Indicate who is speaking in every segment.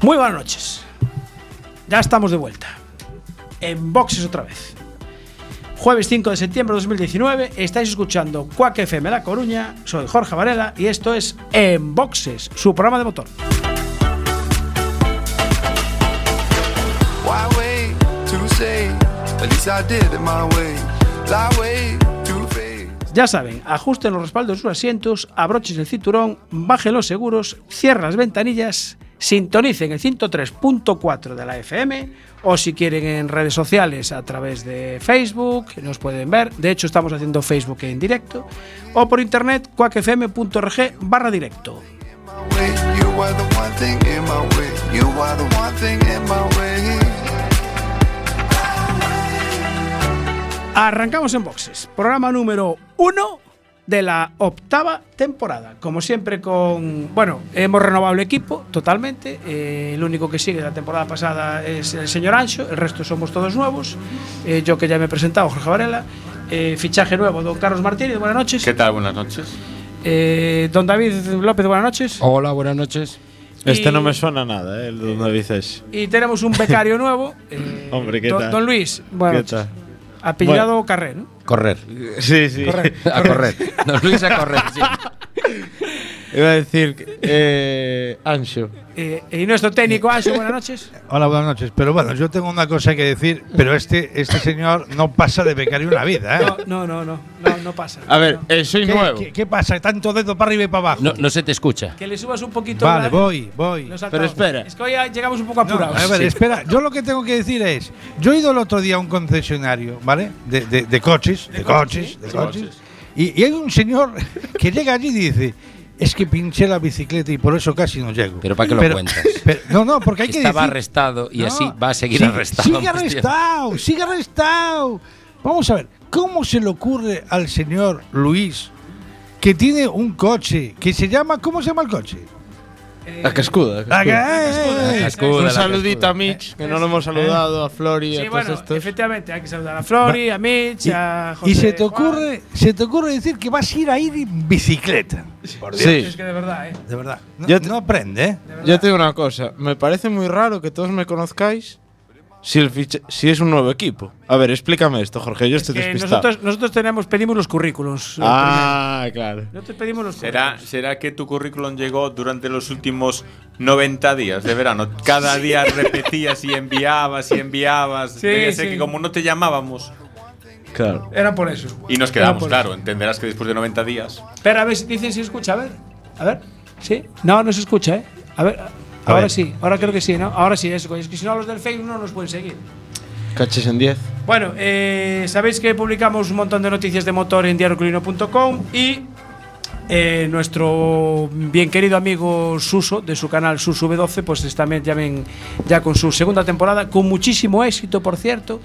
Speaker 1: Muy buenas noches. Ya estamos de vuelta. En boxes otra vez. Jueves 5 de septiembre de 2019, estáis escuchando Quack FM La Coruña. Soy Jorge Varela y esto es En Boxes, su programa de motor.
Speaker 2: Why wait to say? At least I did it my way. Lie way to fade.
Speaker 1: Ya saben, ajusten los respaldos de sus asientos, abrochen el cinturón, bajen los seguros, cierren las ventanillas, sintonicen el 103.4 de la FM o si quieren en redes sociales a través de Facebook, nos pueden ver. De hecho, estamos haciendo Facebook en directo o por internet cuacfm.org barra directo.
Speaker 2: My way. You are the one thing in my way. You are the one thing in my way.
Speaker 1: Arrancamos en boxes, programa número uno de la octava temporada. Como siempre con, bueno, hemos renovado el equipo totalmente. eh, el único que sigue de la temporada pasada es el señor Ancho, el resto somos todos nuevos. Eh, yo que ya me he presentado, Jorge Varela. Eh, fichaje nuevo, don Carlos Martínez, buenas noches.
Speaker 3: ¿Qué tal? Buenas noches.
Speaker 1: Eh, don David López, buenas noches.
Speaker 4: Hola, buenas noches.
Speaker 3: Este
Speaker 1: Y-
Speaker 3: no me suena nada, ¿eh? el donde dices.
Speaker 1: Y tenemos un becario nuevo. eh,
Speaker 3: Hombre, ¿qué
Speaker 1: don,
Speaker 3: tal?
Speaker 1: don Luis, buenas
Speaker 3: ¿Qué
Speaker 1: noches.
Speaker 3: tal?
Speaker 1: Apellidado Carré, ¿no?
Speaker 4: Correr.
Speaker 3: Sí, sí.
Speaker 4: A correr. Nos Luis a correr. sí.
Speaker 3: Iba a decir que- eh, Ancho.
Speaker 1: Eh, y nuestro técnico Ancho, buenas noches.
Speaker 5: Hola, buenas noches. Pero bueno, yo tengo una cosa que decir, pero este, este señor no pasa de becario en la vida, ¿eh?
Speaker 1: No, no, no, no, no pasa.
Speaker 3: A ver,
Speaker 1: No.
Speaker 3: eh, soy
Speaker 5: ¿Qué,
Speaker 3: nuevo.
Speaker 5: qué- qué pasa? Tanto dedo para arriba y para abajo.
Speaker 4: No, no se te escucha.
Speaker 1: Que le subas un poquito.
Speaker 5: vale,
Speaker 1: la-
Speaker 5: voy, voy.
Speaker 1: los
Speaker 5: No,
Speaker 1: altavoces.
Speaker 3: espera.
Speaker 1: Es que hoy ya llegamos un poco apurados.
Speaker 5: a ver,
Speaker 1: Sí.
Speaker 5: espera. Yo lo que tengo que decir es, yo he ido el otro día a un concesionario, ¿vale? De, de- de coches, de, coches, de coches. Y, y hay un señor que llega allí y dice, es que pinché la bicicleta y por eso casi no llego.
Speaker 4: Pero ¿para qué lo cuentas?
Speaker 5: pero- no, no, porque hay que
Speaker 4: Estaba
Speaker 5: decir…
Speaker 4: arrestado y pues,
Speaker 5: No,
Speaker 4: así va a seguir
Speaker 5: sigue-
Speaker 4: arrestado.
Speaker 5: Sigue
Speaker 4: más tiempo.
Speaker 3: Pues
Speaker 5: arrestado, sigue arrestado. Vamos a ver, ¿cómo se le ocurre al señor Luis que tiene un coche que se llama. ¿Cómo se llama el coche?
Speaker 3: La cascuda.
Speaker 5: La ca- eh, eh, eh.
Speaker 4: Cascuda, la
Speaker 3: Un
Speaker 4: cascuda.
Speaker 3: saludito a Mitch, que no lo
Speaker 1: Eh,
Speaker 3: hemos saludado, a Flori,
Speaker 1: Sí,
Speaker 3: a todos
Speaker 1: bueno,
Speaker 3: estos.
Speaker 1: efectivamente, hay que saludar a Flori, a Mitch, a José.
Speaker 5: Y se te
Speaker 1: Juan.
Speaker 5: ocurre, se te ocurre decir que vas a ir a ir en bicicleta.
Speaker 1: Es
Speaker 3: Sí.
Speaker 1: que de verdad, ¿eh?
Speaker 5: De verdad. No,
Speaker 3: Yo te-
Speaker 5: no aprende, ¿eh?
Speaker 1: De verdad.
Speaker 3: Yo te digo una cosa. Me parece muy raro que todos me conozcáis si, el ficha- si es un nuevo equipo. A ver, explícame esto, Jorge. Yo estoy
Speaker 1: Que
Speaker 3: despistado.
Speaker 1: nosotros, nosotros tenemos, pedimos los currículums. eh,
Speaker 3: ah, claro.
Speaker 1: primero. Nosotros pedimos los
Speaker 6: ¿Será,
Speaker 1: currículums.
Speaker 6: ¿Será que tu currículum llegó durante los últimos 90 días de verano? Cada día repetías y enviabas y enviabas.
Speaker 1: Sí,
Speaker 6: Debe ser
Speaker 1: sí.
Speaker 6: que como no te llamábamos
Speaker 3: Claro.
Speaker 1: Era por eso.
Speaker 6: y nos
Speaker 1: Era
Speaker 6: quedamos,
Speaker 1: por
Speaker 6: claro, entenderás que después de 90 días.
Speaker 1: Pero a ver si dicen si escucha, a ver. A ver. ¿Sí? No, no se escucha, ¿eh? A ver. ahora
Speaker 5: ver.
Speaker 1: sí, ahora creo que sí, ¿no? Ahora sí, eso. Es que si no, los del Facebook no nos pueden seguir.
Speaker 3: Caches en 10.
Speaker 1: Bueno, eh, sabéis que publicamos un montón de noticias de motor en diarioculino.com y eh, nuestro bien querido amigo Suso, de su canal Suso V12, pues está men- ya, ven- ya con su segunda temporada, con muchísimo éxito, por cierto.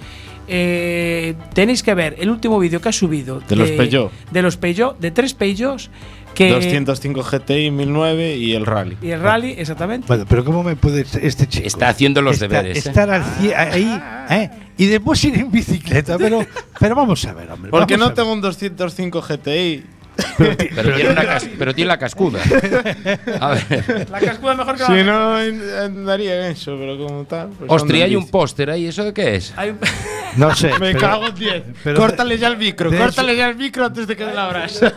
Speaker 1: Eh, tenéis que ver el último vídeo que ha subido
Speaker 3: De los Peugeot.
Speaker 1: de los Peugeot, de tres Peugeot que
Speaker 3: 205 GTI 1009 y el Rally.
Speaker 1: y el rally, exactamente.
Speaker 5: Bueno, pero ¿cómo me puede este chico?
Speaker 4: Está haciendo los
Speaker 5: Está-
Speaker 4: deberes. ¿eh?
Speaker 5: Estar al cie-
Speaker 1: Ah.
Speaker 5: ahí, ¿eh? Y después ir en bicicleta, pero, pero vamos a ver, hombre.
Speaker 3: Porque
Speaker 5: vamos
Speaker 3: no
Speaker 5: a ver.
Speaker 3: tengo un 205 GTI.
Speaker 4: Pero, tiene una cas- pero tiene la cascuda. A ver.
Speaker 1: La cascuda mejor que
Speaker 3: Si no, en- andaría en eso, pero como tal. pues ando
Speaker 4: Ostri,
Speaker 3: en
Speaker 4: hay un
Speaker 3: bici.
Speaker 4: póster ahí. ¿Eso de qué es?
Speaker 1: Hay un-
Speaker 5: No sé.
Speaker 3: Me
Speaker 5: pero-
Speaker 3: cago en 10.
Speaker 5: pero-
Speaker 3: Córtale ya el micro,
Speaker 5: de
Speaker 3: córtale ya el micro antes de que dé la brasa.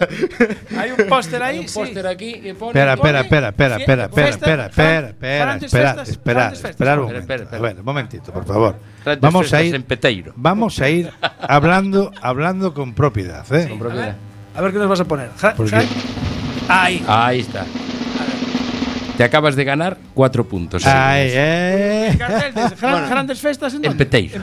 Speaker 1: Hay un póster ahí.
Speaker 4: Hay un
Speaker 1: sí.
Speaker 4: póster aquí que pone.
Speaker 5: Espera,
Speaker 1: pone-
Speaker 5: espera, espera, espera,
Speaker 1: fie-
Speaker 5: espera, espera,
Speaker 1: fiesta,
Speaker 5: espera,
Speaker 1: Fran-
Speaker 5: espera, espera,
Speaker 1: Fernández
Speaker 5: espera,
Speaker 1: Festas,
Speaker 5: espera,
Speaker 1: Fernández
Speaker 5: espera un
Speaker 1: Festas.
Speaker 4: Espera,
Speaker 5: momento.
Speaker 4: espera, espera.
Speaker 5: A ver, un momentito, por favor.
Speaker 4: Fernández
Speaker 5: Vamos a
Speaker 4: Festas
Speaker 5: ir,
Speaker 4: en Peteiro.
Speaker 5: vamos a ir hablando, hablando con propiedad, ¿eh?
Speaker 4: Con propiedad.
Speaker 1: A ver qué nos vas a poner. Ja-
Speaker 5: Porque-
Speaker 1: Fran- Ahí.
Speaker 4: Ahí está. Te acabas de ganar cuatro puntos.
Speaker 5: Ay, eh.
Speaker 1: Cartel de Fran- Grandes festas en
Speaker 4: En
Speaker 1: dónde?
Speaker 4: Peteiro.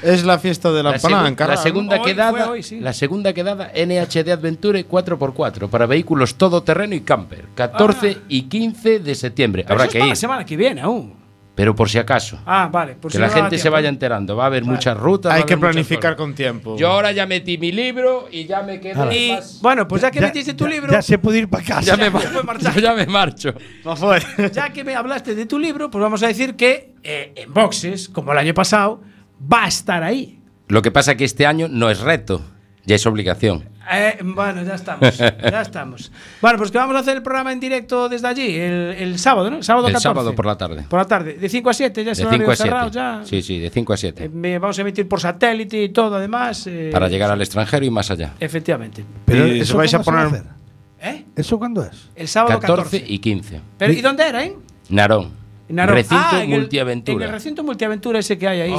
Speaker 3: Es la fiesta de la,
Speaker 4: La,
Speaker 3: empanada
Speaker 4: segun-
Speaker 3: en Carral,
Speaker 4: la segunda
Speaker 1: Hoy fue
Speaker 4: quedada,
Speaker 1: hoy, sí.
Speaker 4: la segunda quedada NHD Adventure 4x4 para vehículos todoterreno y camper, 14 y 15 de septiembre.
Speaker 1: Pero
Speaker 4: Habrá
Speaker 1: eso es
Speaker 4: que
Speaker 1: para
Speaker 4: ir,
Speaker 1: la semana que viene aún.
Speaker 4: pero por si acaso,
Speaker 1: Ah, vale. Por
Speaker 4: que
Speaker 1: si
Speaker 4: la
Speaker 1: no daba
Speaker 4: gente se
Speaker 1: tiempo.
Speaker 4: vaya enterando, va a haber muchas rutas, va a
Speaker 3: Hay
Speaker 4: haber
Speaker 3: que
Speaker 4: muchas
Speaker 3: planificar
Speaker 4: cosas.
Speaker 3: con tiempo.
Speaker 4: Yo ahora ya metí mi libro y ya me quedo
Speaker 5: Ala.
Speaker 1: Y
Speaker 4: más-
Speaker 1: bueno, pues ya que metiste tu
Speaker 5: ya-
Speaker 1: libro,
Speaker 5: Ya se puede ir para casa.
Speaker 4: ya me,
Speaker 1: ya me marcho.
Speaker 4: yo ya me marcho.
Speaker 3: No fue.
Speaker 1: ya que me hablaste de tu libro, pues vamos a decir que eh, en boxes, como el año pasado, va a estar ahí.
Speaker 4: Lo que pasa que este año no es reto, ya es obligación.
Speaker 1: Eh, bueno, ya estamos, ya estamos. Bueno, pues que vamos a hacer el programa en directo desde allí, el, el sábado, ¿no? Sábado
Speaker 4: El
Speaker 1: 14.
Speaker 4: sábado por la tarde.
Speaker 1: Por la tarde, de 5 a 7, ya es
Speaker 4: De
Speaker 1: horario
Speaker 4: 5 a
Speaker 1: cerrado,
Speaker 4: 7.
Speaker 1: ya.
Speaker 4: Sí, sí, de 5 a
Speaker 1: Eh,
Speaker 4: 7.
Speaker 1: me vamos a emitir por satélite y todo, además. eh,
Speaker 4: Para llegar al extranjero y más allá.
Speaker 1: Efectivamente.
Speaker 5: Pero
Speaker 3: Y
Speaker 5: eso
Speaker 3: se vais a
Speaker 5: cuándo va
Speaker 3: poner-
Speaker 5: hacer?
Speaker 1: ¿Eh?
Speaker 5: ¿Eso cuándo es?
Speaker 1: El sábado 14.
Speaker 4: 14 y 15.
Speaker 1: Pero, ¿Y dónde era, eh?
Speaker 4: Narón.
Speaker 1: En Narón.
Speaker 4: Recinto
Speaker 1: Ah, en el-
Speaker 4: multiaventura.
Speaker 1: en el recinto multiaventura ese que hay ahí.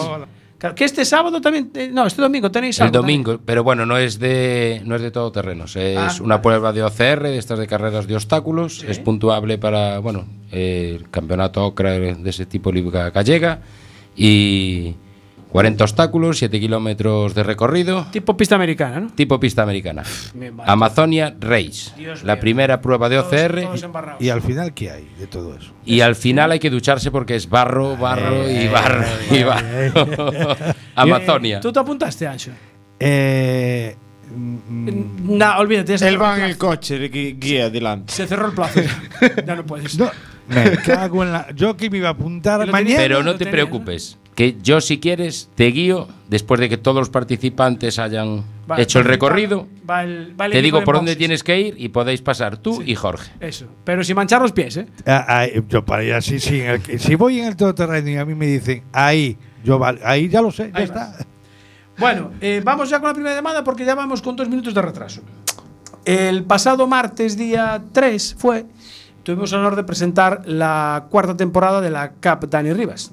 Speaker 1: Claro, que este sábado también. eh, no, este domingo tenéis
Speaker 4: El
Speaker 1: algo también.
Speaker 4: domingo, pero bueno, no es de no es de todoterrenos, es
Speaker 1: Ah,
Speaker 4: una prueba de OCR, de estas de carreras de obstáculos,
Speaker 1: Sí.
Speaker 4: es puntuable para, bueno, eh, el campeonato OCRA de ese tipo liga gallega y 40 obstáculos, 7 kilómetros de recorrido,
Speaker 1: Tipo pista americana, ¿no?
Speaker 4: tipo pista americana.
Speaker 1: me mato.
Speaker 4: Amazonia Race,
Speaker 1: Dios
Speaker 4: la
Speaker 1: mío.
Speaker 4: primera prueba de
Speaker 1: Todos-
Speaker 4: OCR
Speaker 1: todos embarrados.
Speaker 5: ¿Y al final qué hay de todo eso?
Speaker 4: y al final hay que ducharse porque es barro, barro y barro y barro. Amazonia.
Speaker 1: ¿Tú te apuntaste, Ancho?
Speaker 5: Eh, mm, mm,
Speaker 1: No, olvídate. ya se
Speaker 3: Él
Speaker 1: cerró
Speaker 3: va en
Speaker 1: el
Speaker 3: el coche, el gui- guía adelante.
Speaker 1: plazo. Se cerró el plazo. ya no puedes.
Speaker 5: no, me cago en la. Yo que me iba a apuntar
Speaker 1: Pero
Speaker 5: mañana.
Speaker 1: tenía-
Speaker 4: Pero
Speaker 1: lo
Speaker 4: no te
Speaker 1: tenías,
Speaker 4: preocupes, que yo si quieres te guío después de que todos los participantes hayan
Speaker 1: Va,
Speaker 4: hecho el
Speaker 1: va-
Speaker 4: recorrido.
Speaker 1: va el- va el
Speaker 4: Te
Speaker 1: equipo
Speaker 4: digo
Speaker 1: de
Speaker 4: por dónde
Speaker 1: boxes.
Speaker 4: tienes que ir y podéis pasar tú y Jorge.
Speaker 1: Eso. Pero sin manchar los pies, ¿eh?
Speaker 5: Ah, ah, yo para allá, sí, sí. en el que- si voy en el todoterreno y a mí me dicen ahí, yo val- ahí ya lo sé, ya
Speaker 1: Ahí
Speaker 5: está.
Speaker 1: Bueno, eh, vamos ya con la primera llamada porque ya vamos con dos minutos de retraso. El pasado martes, día 3, fue, tuvimos el honor de presentar la cuarta temporada de la CAP Dani Rivas.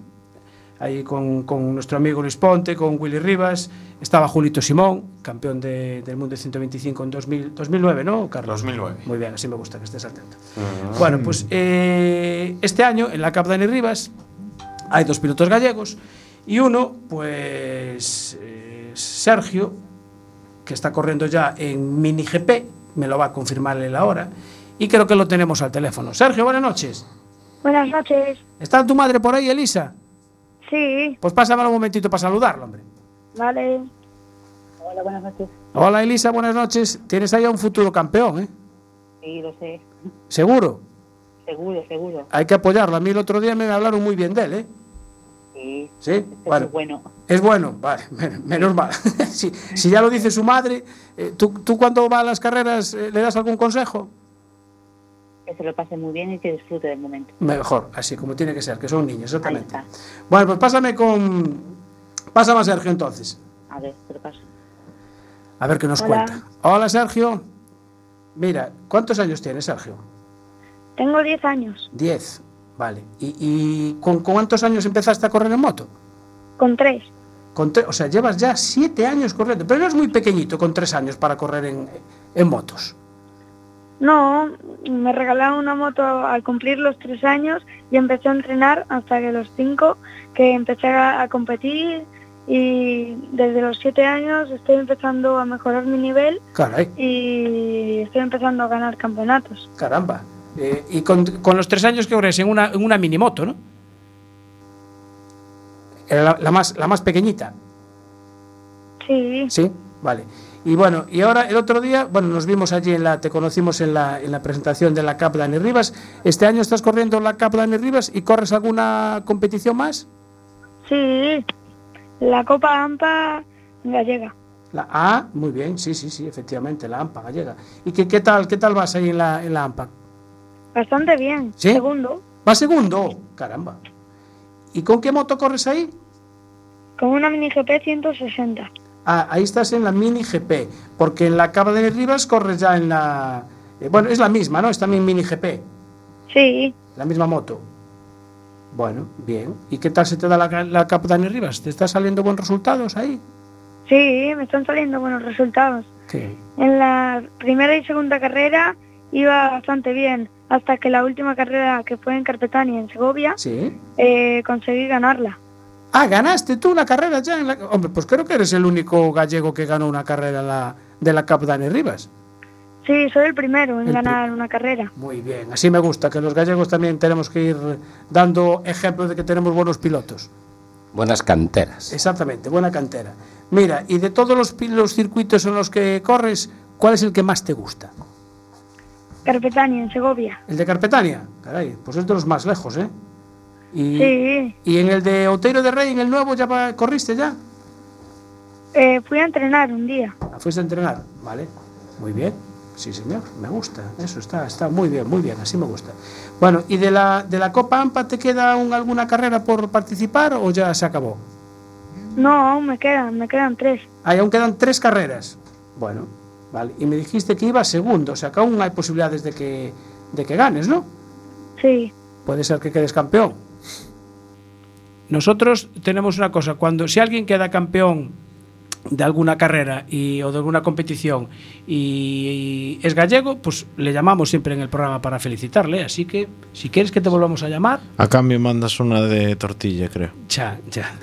Speaker 1: Ahí con, con nuestro amigo Luis Ponte, con Willy Rivas, estaba Julito Simón, campeón de- del mundo de 125 en 2000 2009, ¿no, Carlos?
Speaker 6: 2009.
Speaker 1: Muy bien, así me gusta que estés atento. Bueno, pues eh, este año en la CAP Dani Rivas hay dos pilotos gallegos y uno, pues eh, Sergio, que está corriendo ya en Mini GP, me lo va a confirmar él ahora, y creo que lo tenemos al teléfono. Sergio, buenas noches.
Speaker 7: Buenas noches.
Speaker 1: ¿Está tu madre por ahí, Elisa?
Speaker 7: Sí,
Speaker 1: Pues pásame un momentito para saludarlo, hombre.
Speaker 7: vale. Hola, buenas noches.
Speaker 1: Hola, Elisa, buenas noches. Tienes ahí a un futuro campeón, ¿eh?
Speaker 7: Sí, lo sé.
Speaker 1: Seguro.
Speaker 7: Seguro, seguro.
Speaker 1: Hay que apoyarlo. A mí el otro día me hablaron muy bien de él, ¿eh?
Speaker 7: Sí.
Speaker 1: Sí,
Speaker 7: Esto
Speaker 1: bueno.
Speaker 7: es bueno.
Speaker 1: Es bueno, vale, men- menos mal. si, si ya lo dice su madre, eh, ¿tú, tú cuando va a las carreras eh, le das algún consejo?
Speaker 7: Que se lo pase muy bien y que disfrute del momento.
Speaker 1: Mejor, así como tiene que ser, que son niños,
Speaker 7: Ahí
Speaker 1: exactamente.
Speaker 7: está.
Speaker 1: Bueno, pues pásame con. Pásame a Sergio entonces.
Speaker 7: A ver, se lo paso.
Speaker 1: A ver qué nos
Speaker 7: Hola.
Speaker 1: cuenta. Hola, Sergio. Mira, ¿cuántos años tienes, Sergio?
Speaker 7: Tengo 10 años.
Speaker 1: Diez. Vale. ¿Y, y con cuántos años empezaste a correr en moto?
Speaker 7: Con 3.
Speaker 1: Con tre- o sea, llevas ya siete años corriendo. Pero eres muy pequeñito con tres años para correr en, en motos.
Speaker 7: No, me regalaron una moto al cumplir los 3 años y empecé a entrenar hasta que los 5, que empecé a, a competir y desde los 7 años estoy empezando a mejorar mi nivel
Speaker 1: Caray,
Speaker 7: y estoy empezando a ganar campeonatos.
Speaker 1: caramba. Eh, y con, con los tres años que corres en una, en una minimoto, ¿no? Era la- la, más, la más pequeñita.
Speaker 7: Sí,
Speaker 1: Sí, vale. Y bueno, y ahora el otro día, bueno, nos vimos allí en la, te conocimos en la, en la presentación de la Cup Dani Rivas. Este año estás corriendo la Cup Dani Rivas y corres alguna competición más?
Speaker 7: Sí, la Copa AMPA gallega.
Speaker 1: La A, muy bien, sí, sí, sí, efectivamente, la AMPA gallega. ¿Y qué, qué tal, qué tal vas ahí en la, en la AMPA?
Speaker 7: Bastante bien.
Speaker 1: ¿Sí?
Speaker 7: Segundo,
Speaker 1: ¿Vas segundo? Caramba. ¿Y con qué moto corres ahí?
Speaker 7: con una mini GP 160.
Speaker 1: Ah, ahí estás en la Mini GP, porque en la Cup Dani Rivas corres ya en la... eh, bueno, es la misma, ¿no? Es también Mini GP.
Speaker 7: Sí,
Speaker 1: La misma moto. Bueno, bien. ¿Y qué tal se te da la, la Cup Dani Rivas? ¿Te están saliendo buenos resultados ahí?
Speaker 7: sí, me están saliendo buenos resultados.
Speaker 1: Sí.
Speaker 7: En la primera y segunda carrera iba bastante bien, hasta que la última carrera que fue en Carpetania, en Segovia,
Speaker 1: Sí.
Speaker 7: eh, conseguí ganarla.
Speaker 1: Ah, ganaste tú la carrera ya. En la... Hombre, pues creo que eres el único gallego que ganó una carrera la- de la Cup Dani Rivas.
Speaker 7: Sí, soy el primero en
Speaker 1: El pri-
Speaker 7: ganar una carrera.
Speaker 1: Muy bien, así me gusta, que los gallegos también tenemos que ir dando ejemplos de que tenemos buenos pilotos.
Speaker 4: Buenas canteras.
Speaker 1: Exactamente, buena cantera. Mira, y de todos los, pi- los circuitos en los que corres, ¿cuál es el que más te gusta?
Speaker 7: Carpetania, en Segovia.
Speaker 1: ¿El de Carpetania? Caray, pues es de los más lejos, ¿eh? Y,
Speaker 7: Sí,
Speaker 1: ¿Y en el de Outeiro de Rey, en el nuevo, ya va- corriste ya?
Speaker 7: eh, fui a entrenar un día.
Speaker 1: ¿La Ah, fuiste a entrenar? Vale, muy bien. Sí, señor, me gusta. Eso está, está muy bien, muy bien, así me gusta. Bueno, ¿y de la, de la Copa AMPA te queda aún alguna carrera por participar o ya se acabó?
Speaker 7: No, aún me quedan, me quedan tres.
Speaker 1: Ahí aún quedan tres carreras. Bueno, vale. Y me dijiste que ibas segundo, o sea que aún hay posibilidades de que, de que ganes, ¿no?
Speaker 7: Sí,
Speaker 1: Puede ser que quedes campeón. Nosotros tenemos una cosa, cuando si alguien queda campeón de alguna carrera y, o de alguna competición y, es gallego, pues le llamamos siempre en el programa para felicitarle. Así que si quieres que te volvamos a llamar,
Speaker 3: A cambio mandas una de tortilla, creo.
Speaker 1: ya, ya.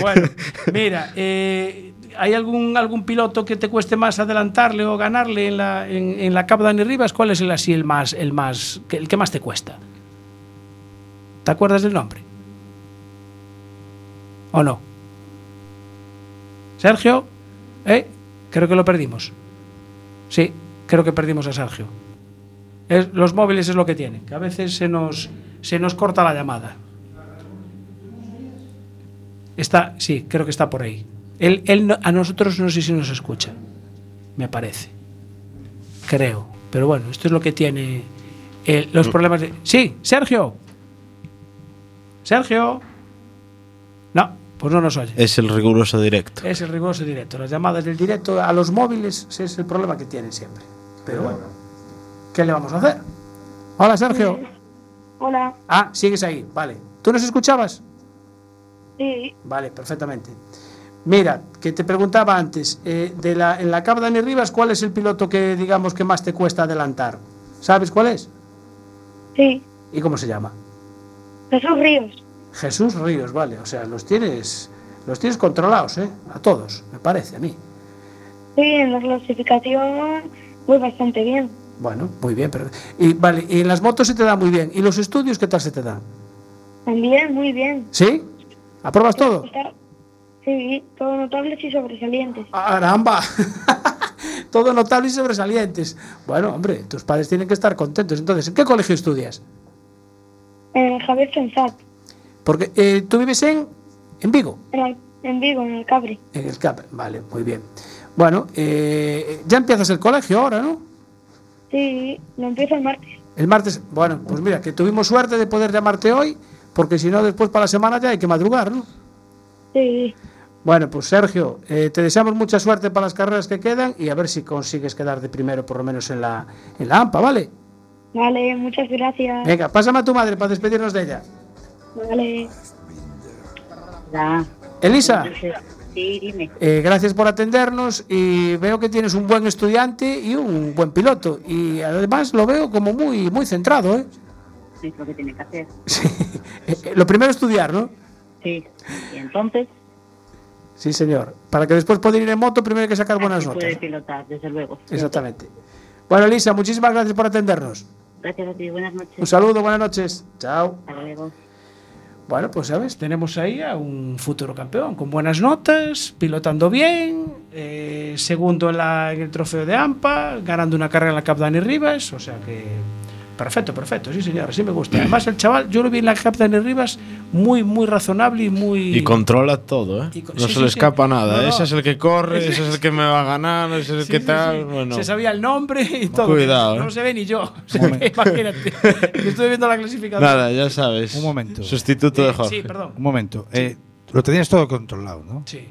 Speaker 1: bueno, mira, eh, ¿hay algún, algún piloto que te cueste más adelantarle o ganarle en la, en, en la Cap Dani Rivas? ¿Cuál es el así el más, el más, que- el que más te cuesta? ¿Te acuerdas del nombre? ¿O no? Sergio, ¿eh? Creo que lo perdimos. Sí, creo que perdimos a Sergio. Es- los móviles es lo que tienen, que a veces se nos, se nos corta la llamada. Está, sí, creo que está por ahí. Él, él no- a nosotros no sé si nos escucha, me parece. Creo. Pero bueno, esto es lo que tiene eh, los problemas de... Sí, Sergio. Sergio. No, pues no nos oye.
Speaker 3: Es el riguroso directo.
Speaker 1: Es el riguroso directo. Las llamadas del directo a los móviles ese es el problema que tienen siempre. Pero bueno, ¿qué le vamos a hacer? Hola, Sergio.
Speaker 7: hola.
Speaker 1: Ah, sigues ahí, vale. ¿Tú nos escuchabas?
Speaker 7: Sí,
Speaker 1: Vale, perfectamente. Mira, que te preguntaba antes, eh, de la, en la Cap Dani Rivas, ¿cuál es el piloto que, digamos, que más te cuesta adelantar? ¿Sabes cuál es?
Speaker 7: sí.
Speaker 1: ¿Y cómo se llama?
Speaker 7: Jesús Ríos.
Speaker 1: Jesús Ríos, vale. O sea, los tienes, los tienes controlados, ¿eh? A todos, me parece, a mí.
Speaker 7: Sí, en la clasificación voy bastante bien.
Speaker 1: Bueno, muy bien, pero y vale, y en las motos se te da muy bien. ¿Y los estudios qué tal se te dan?
Speaker 7: También, muy bien.
Speaker 1: ¿Sí? ¿Apruebas todo?
Speaker 7: Está- Sí, todo notables y sobresalientes.
Speaker 1: ¡Caramba! todo notable y sobresalientes. Bueno, hombre, tus padres tienen que estar contentos. Entonces, ¿en qué colegio estudias?
Speaker 7: Eh, Javier Fensat,
Speaker 1: Porque eh, tú vives en, en Vigo,
Speaker 7: en, Al- en Vigo, en el Cabri.
Speaker 1: en el CAP. Vale, muy bien. Bueno, eh, ya empiezas el colegio ahora, ¿no?
Speaker 7: Sí, lo empiezo el martes.
Speaker 1: El martes, bueno, pues mira, que tuvimos suerte de poder llamarte hoy, porque si no, después para la semana ya hay que madrugar, ¿no?
Speaker 7: Sí,
Speaker 1: Bueno, pues Sergio, eh, te deseamos mucha suerte para las carreras que quedan y a ver si consigues quedar de primero por lo menos en la, en la AMPA, ¿vale?
Speaker 7: vale, muchas gracias.
Speaker 1: Venga, pásame a tu madre para despedirnos de ella.
Speaker 7: Vale.
Speaker 8: Ya.
Speaker 1: Elisa,
Speaker 8: Sí, dime.
Speaker 1: eh, gracias por atendernos y veo que tienes un buen estudiante y un buen piloto y además lo veo como muy, muy centrado, ¿eh?
Speaker 8: Es lo que tiene que hacer.
Speaker 1: Sí. Eh, eh, Lo primero estudiar, ¿no?
Speaker 8: Sí. Y entonces,
Speaker 1: Sí, señor. Para que después pueda ir en moto, primero hay que sacar buenas
Speaker 8: se
Speaker 1: notas.
Speaker 8: puede pilotar, desde luego.
Speaker 1: Exactamente. Bueno, Elisa, muchísimas gracias por atendernos.
Speaker 8: Gracias a ti, buenas
Speaker 1: Un
Speaker 8: noches.
Speaker 1: saludo, buenas noches. Chao.
Speaker 8: Hasta luego.
Speaker 1: Bueno, pues sabes, tenemos ahí a un futuro campeón con buenas notas, pilotando bien, eh, segundo en, la- en el trofeo de AMPA, ganando una carrera en la Cap Dani Rivas, o sea que perfecto, perfecto, sí señor, sí me gusta. Además el chaval, yo lo vi en la Cap Dani Rivas muy, muy razonable y muy...
Speaker 3: Y controla todo, ¿eh?
Speaker 1: Y con-
Speaker 3: no
Speaker 1: sí,
Speaker 3: se
Speaker 1: sí,
Speaker 3: le
Speaker 1: sí.
Speaker 3: escapa nada.
Speaker 1: No, no.
Speaker 3: Ese es el que corre, ese es el que me va a ganar, ese es el
Speaker 1: Sí,
Speaker 3: que
Speaker 1: sí,
Speaker 3: tal.
Speaker 1: sí.
Speaker 3: Bueno,
Speaker 1: Se sabía el nombre y todo.
Speaker 3: Cuidado,
Speaker 1: No
Speaker 3: eh.
Speaker 1: se ve ni yo. O sea, que imagínate. Yo estoy viendo la clasificación.
Speaker 3: nada, ya sabes.
Speaker 5: Un momento.
Speaker 3: Sustituto de Jorge.
Speaker 1: Sí, perdón.
Speaker 5: Un momento. eh, lo tenías todo controlado, ¿no?
Speaker 1: Sí.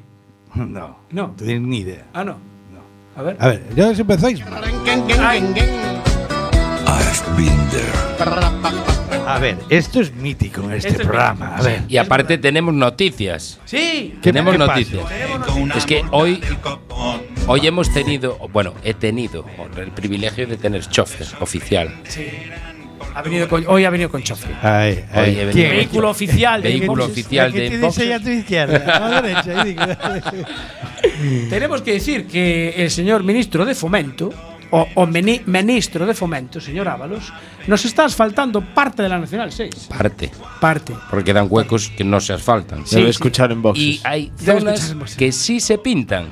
Speaker 5: No.
Speaker 1: No.
Speaker 5: tenías ni idea.
Speaker 1: Ah, no. A ver.
Speaker 5: A ver, ya os empezáis.
Speaker 2: I've been there.
Speaker 5: A ver, esto es mítico en este
Speaker 1: Esto es
Speaker 5: programa. A ver.
Speaker 4: Y aparte tenemos noticias.
Speaker 1: Sí.
Speaker 4: Tenemos
Speaker 5: qué pasa?
Speaker 4: noticias. Es que hoy, hoy hemos tenido, bueno, he tenido el privilegio de tener chofer oficial.
Speaker 1: Ha venido con- hoy ha venido con chofer.
Speaker 5: Ahí,
Speaker 4: Oye, he venido
Speaker 5: ¿Quién?
Speaker 4: con-
Speaker 1: Vehículo oficial de
Speaker 4: Vehículo
Speaker 1: Inboxes.
Speaker 4: oficial de Inboxes.
Speaker 5: a tu izquierda, a la derecha. y digo-
Speaker 1: Tenemos que decir que el señor ministro de Fomento, o, o meni- ministro de Fomento, señor Ábalos, nos está asfaltando parte de la Nacional 6.
Speaker 4: Parte.
Speaker 1: Parte.
Speaker 4: Porque quedan huecos que no se asfaltan.
Speaker 3: Debe escuchar en boxes.
Speaker 4: Y hay
Speaker 1: Debe
Speaker 4: zonas
Speaker 1: escuchar voces.
Speaker 4: que sí se pintan.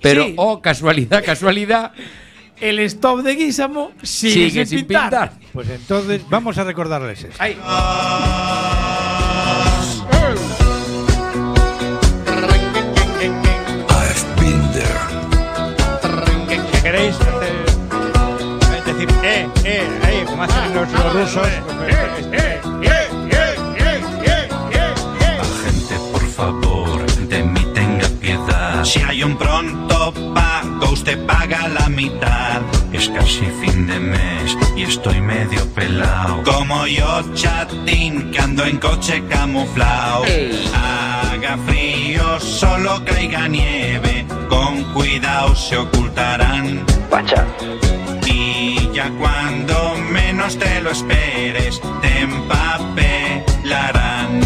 Speaker 4: Pero,
Speaker 1: Sí.
Speaker 4: oh, casualidad, casualidad,
Speaker 1: El stop de Guisamo sigue,
Speaker 4: sigue sin pintar.
Speaker 5: Pues entonces vamos a recordarles esto.
Speaker 1: Ahí.
Speaker 2: I've been there.
Speaker 9: ¿Qué queréis hacer? Es decir, eh, eh, eh, como hacen los rusos. Eh, eh, eh, eh, eh, eh, eh, eh.
Speaker 10: gente, por favor, de mí tenga piedad. Si hay un pronto pago, usted paga la mitad. Es casi fin de mes y estoy medio pelao. Como yo, chatín, que ando en coche camuflao. Haga frío, solo caiga nieve. Con cuidado se ocultarán. Y ya cuando menos te lo esperes, te empapelarán.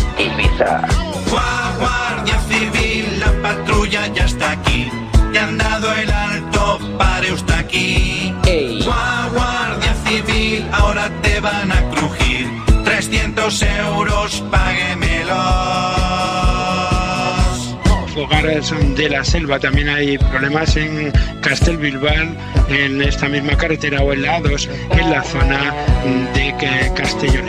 Speaker 10: Guau, Guardia Civil, la patrulla ya está aquí. Te han dado el alto, pare usted aquí. Guau, Guardia Civil, ahora te van a crujir. 300 euros, páguemelos.
Speaker 11: lugares de la selva también hay problemas en Castel Bilbao, en esta misma carretera o en la A2, en la zona de que- Castellón.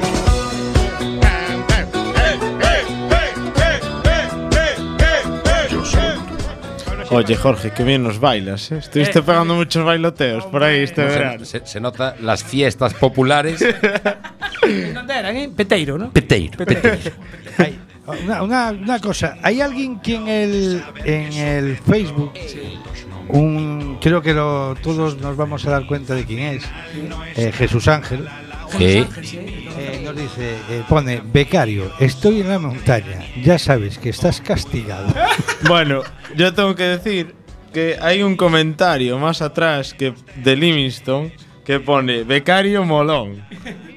Speaker 3: Oye, Jorge, qué bien nos bailas, ¿eh? Estuviste
Speaker 1: Eh,
Speaker 3: pegando muchos bailoteos por ahí este verano.
Speaker 4: Se, se- se nota las fiestas populares.
Speaker 1: ¿Dónde eran, eh? Peteiro, ¿no?
Speaker 4: Peteiro.
Speaker 5: Hay- Una, una- una cosa, hay alguien que en el, en el Facebook, un, creo que lo- todos nos vamos a dar cuenta de quién es, eh, Jesús Ángel,
Speaker 4: Sí.
Speaker 5: eh, nos dice, eh, pone, becario, estoy en la montaña, ya sabes que estás castigado.
Speaker 3: Bueno, yo tengo que decir que hay un comentario más atrás que de Livingston que pone becario molón.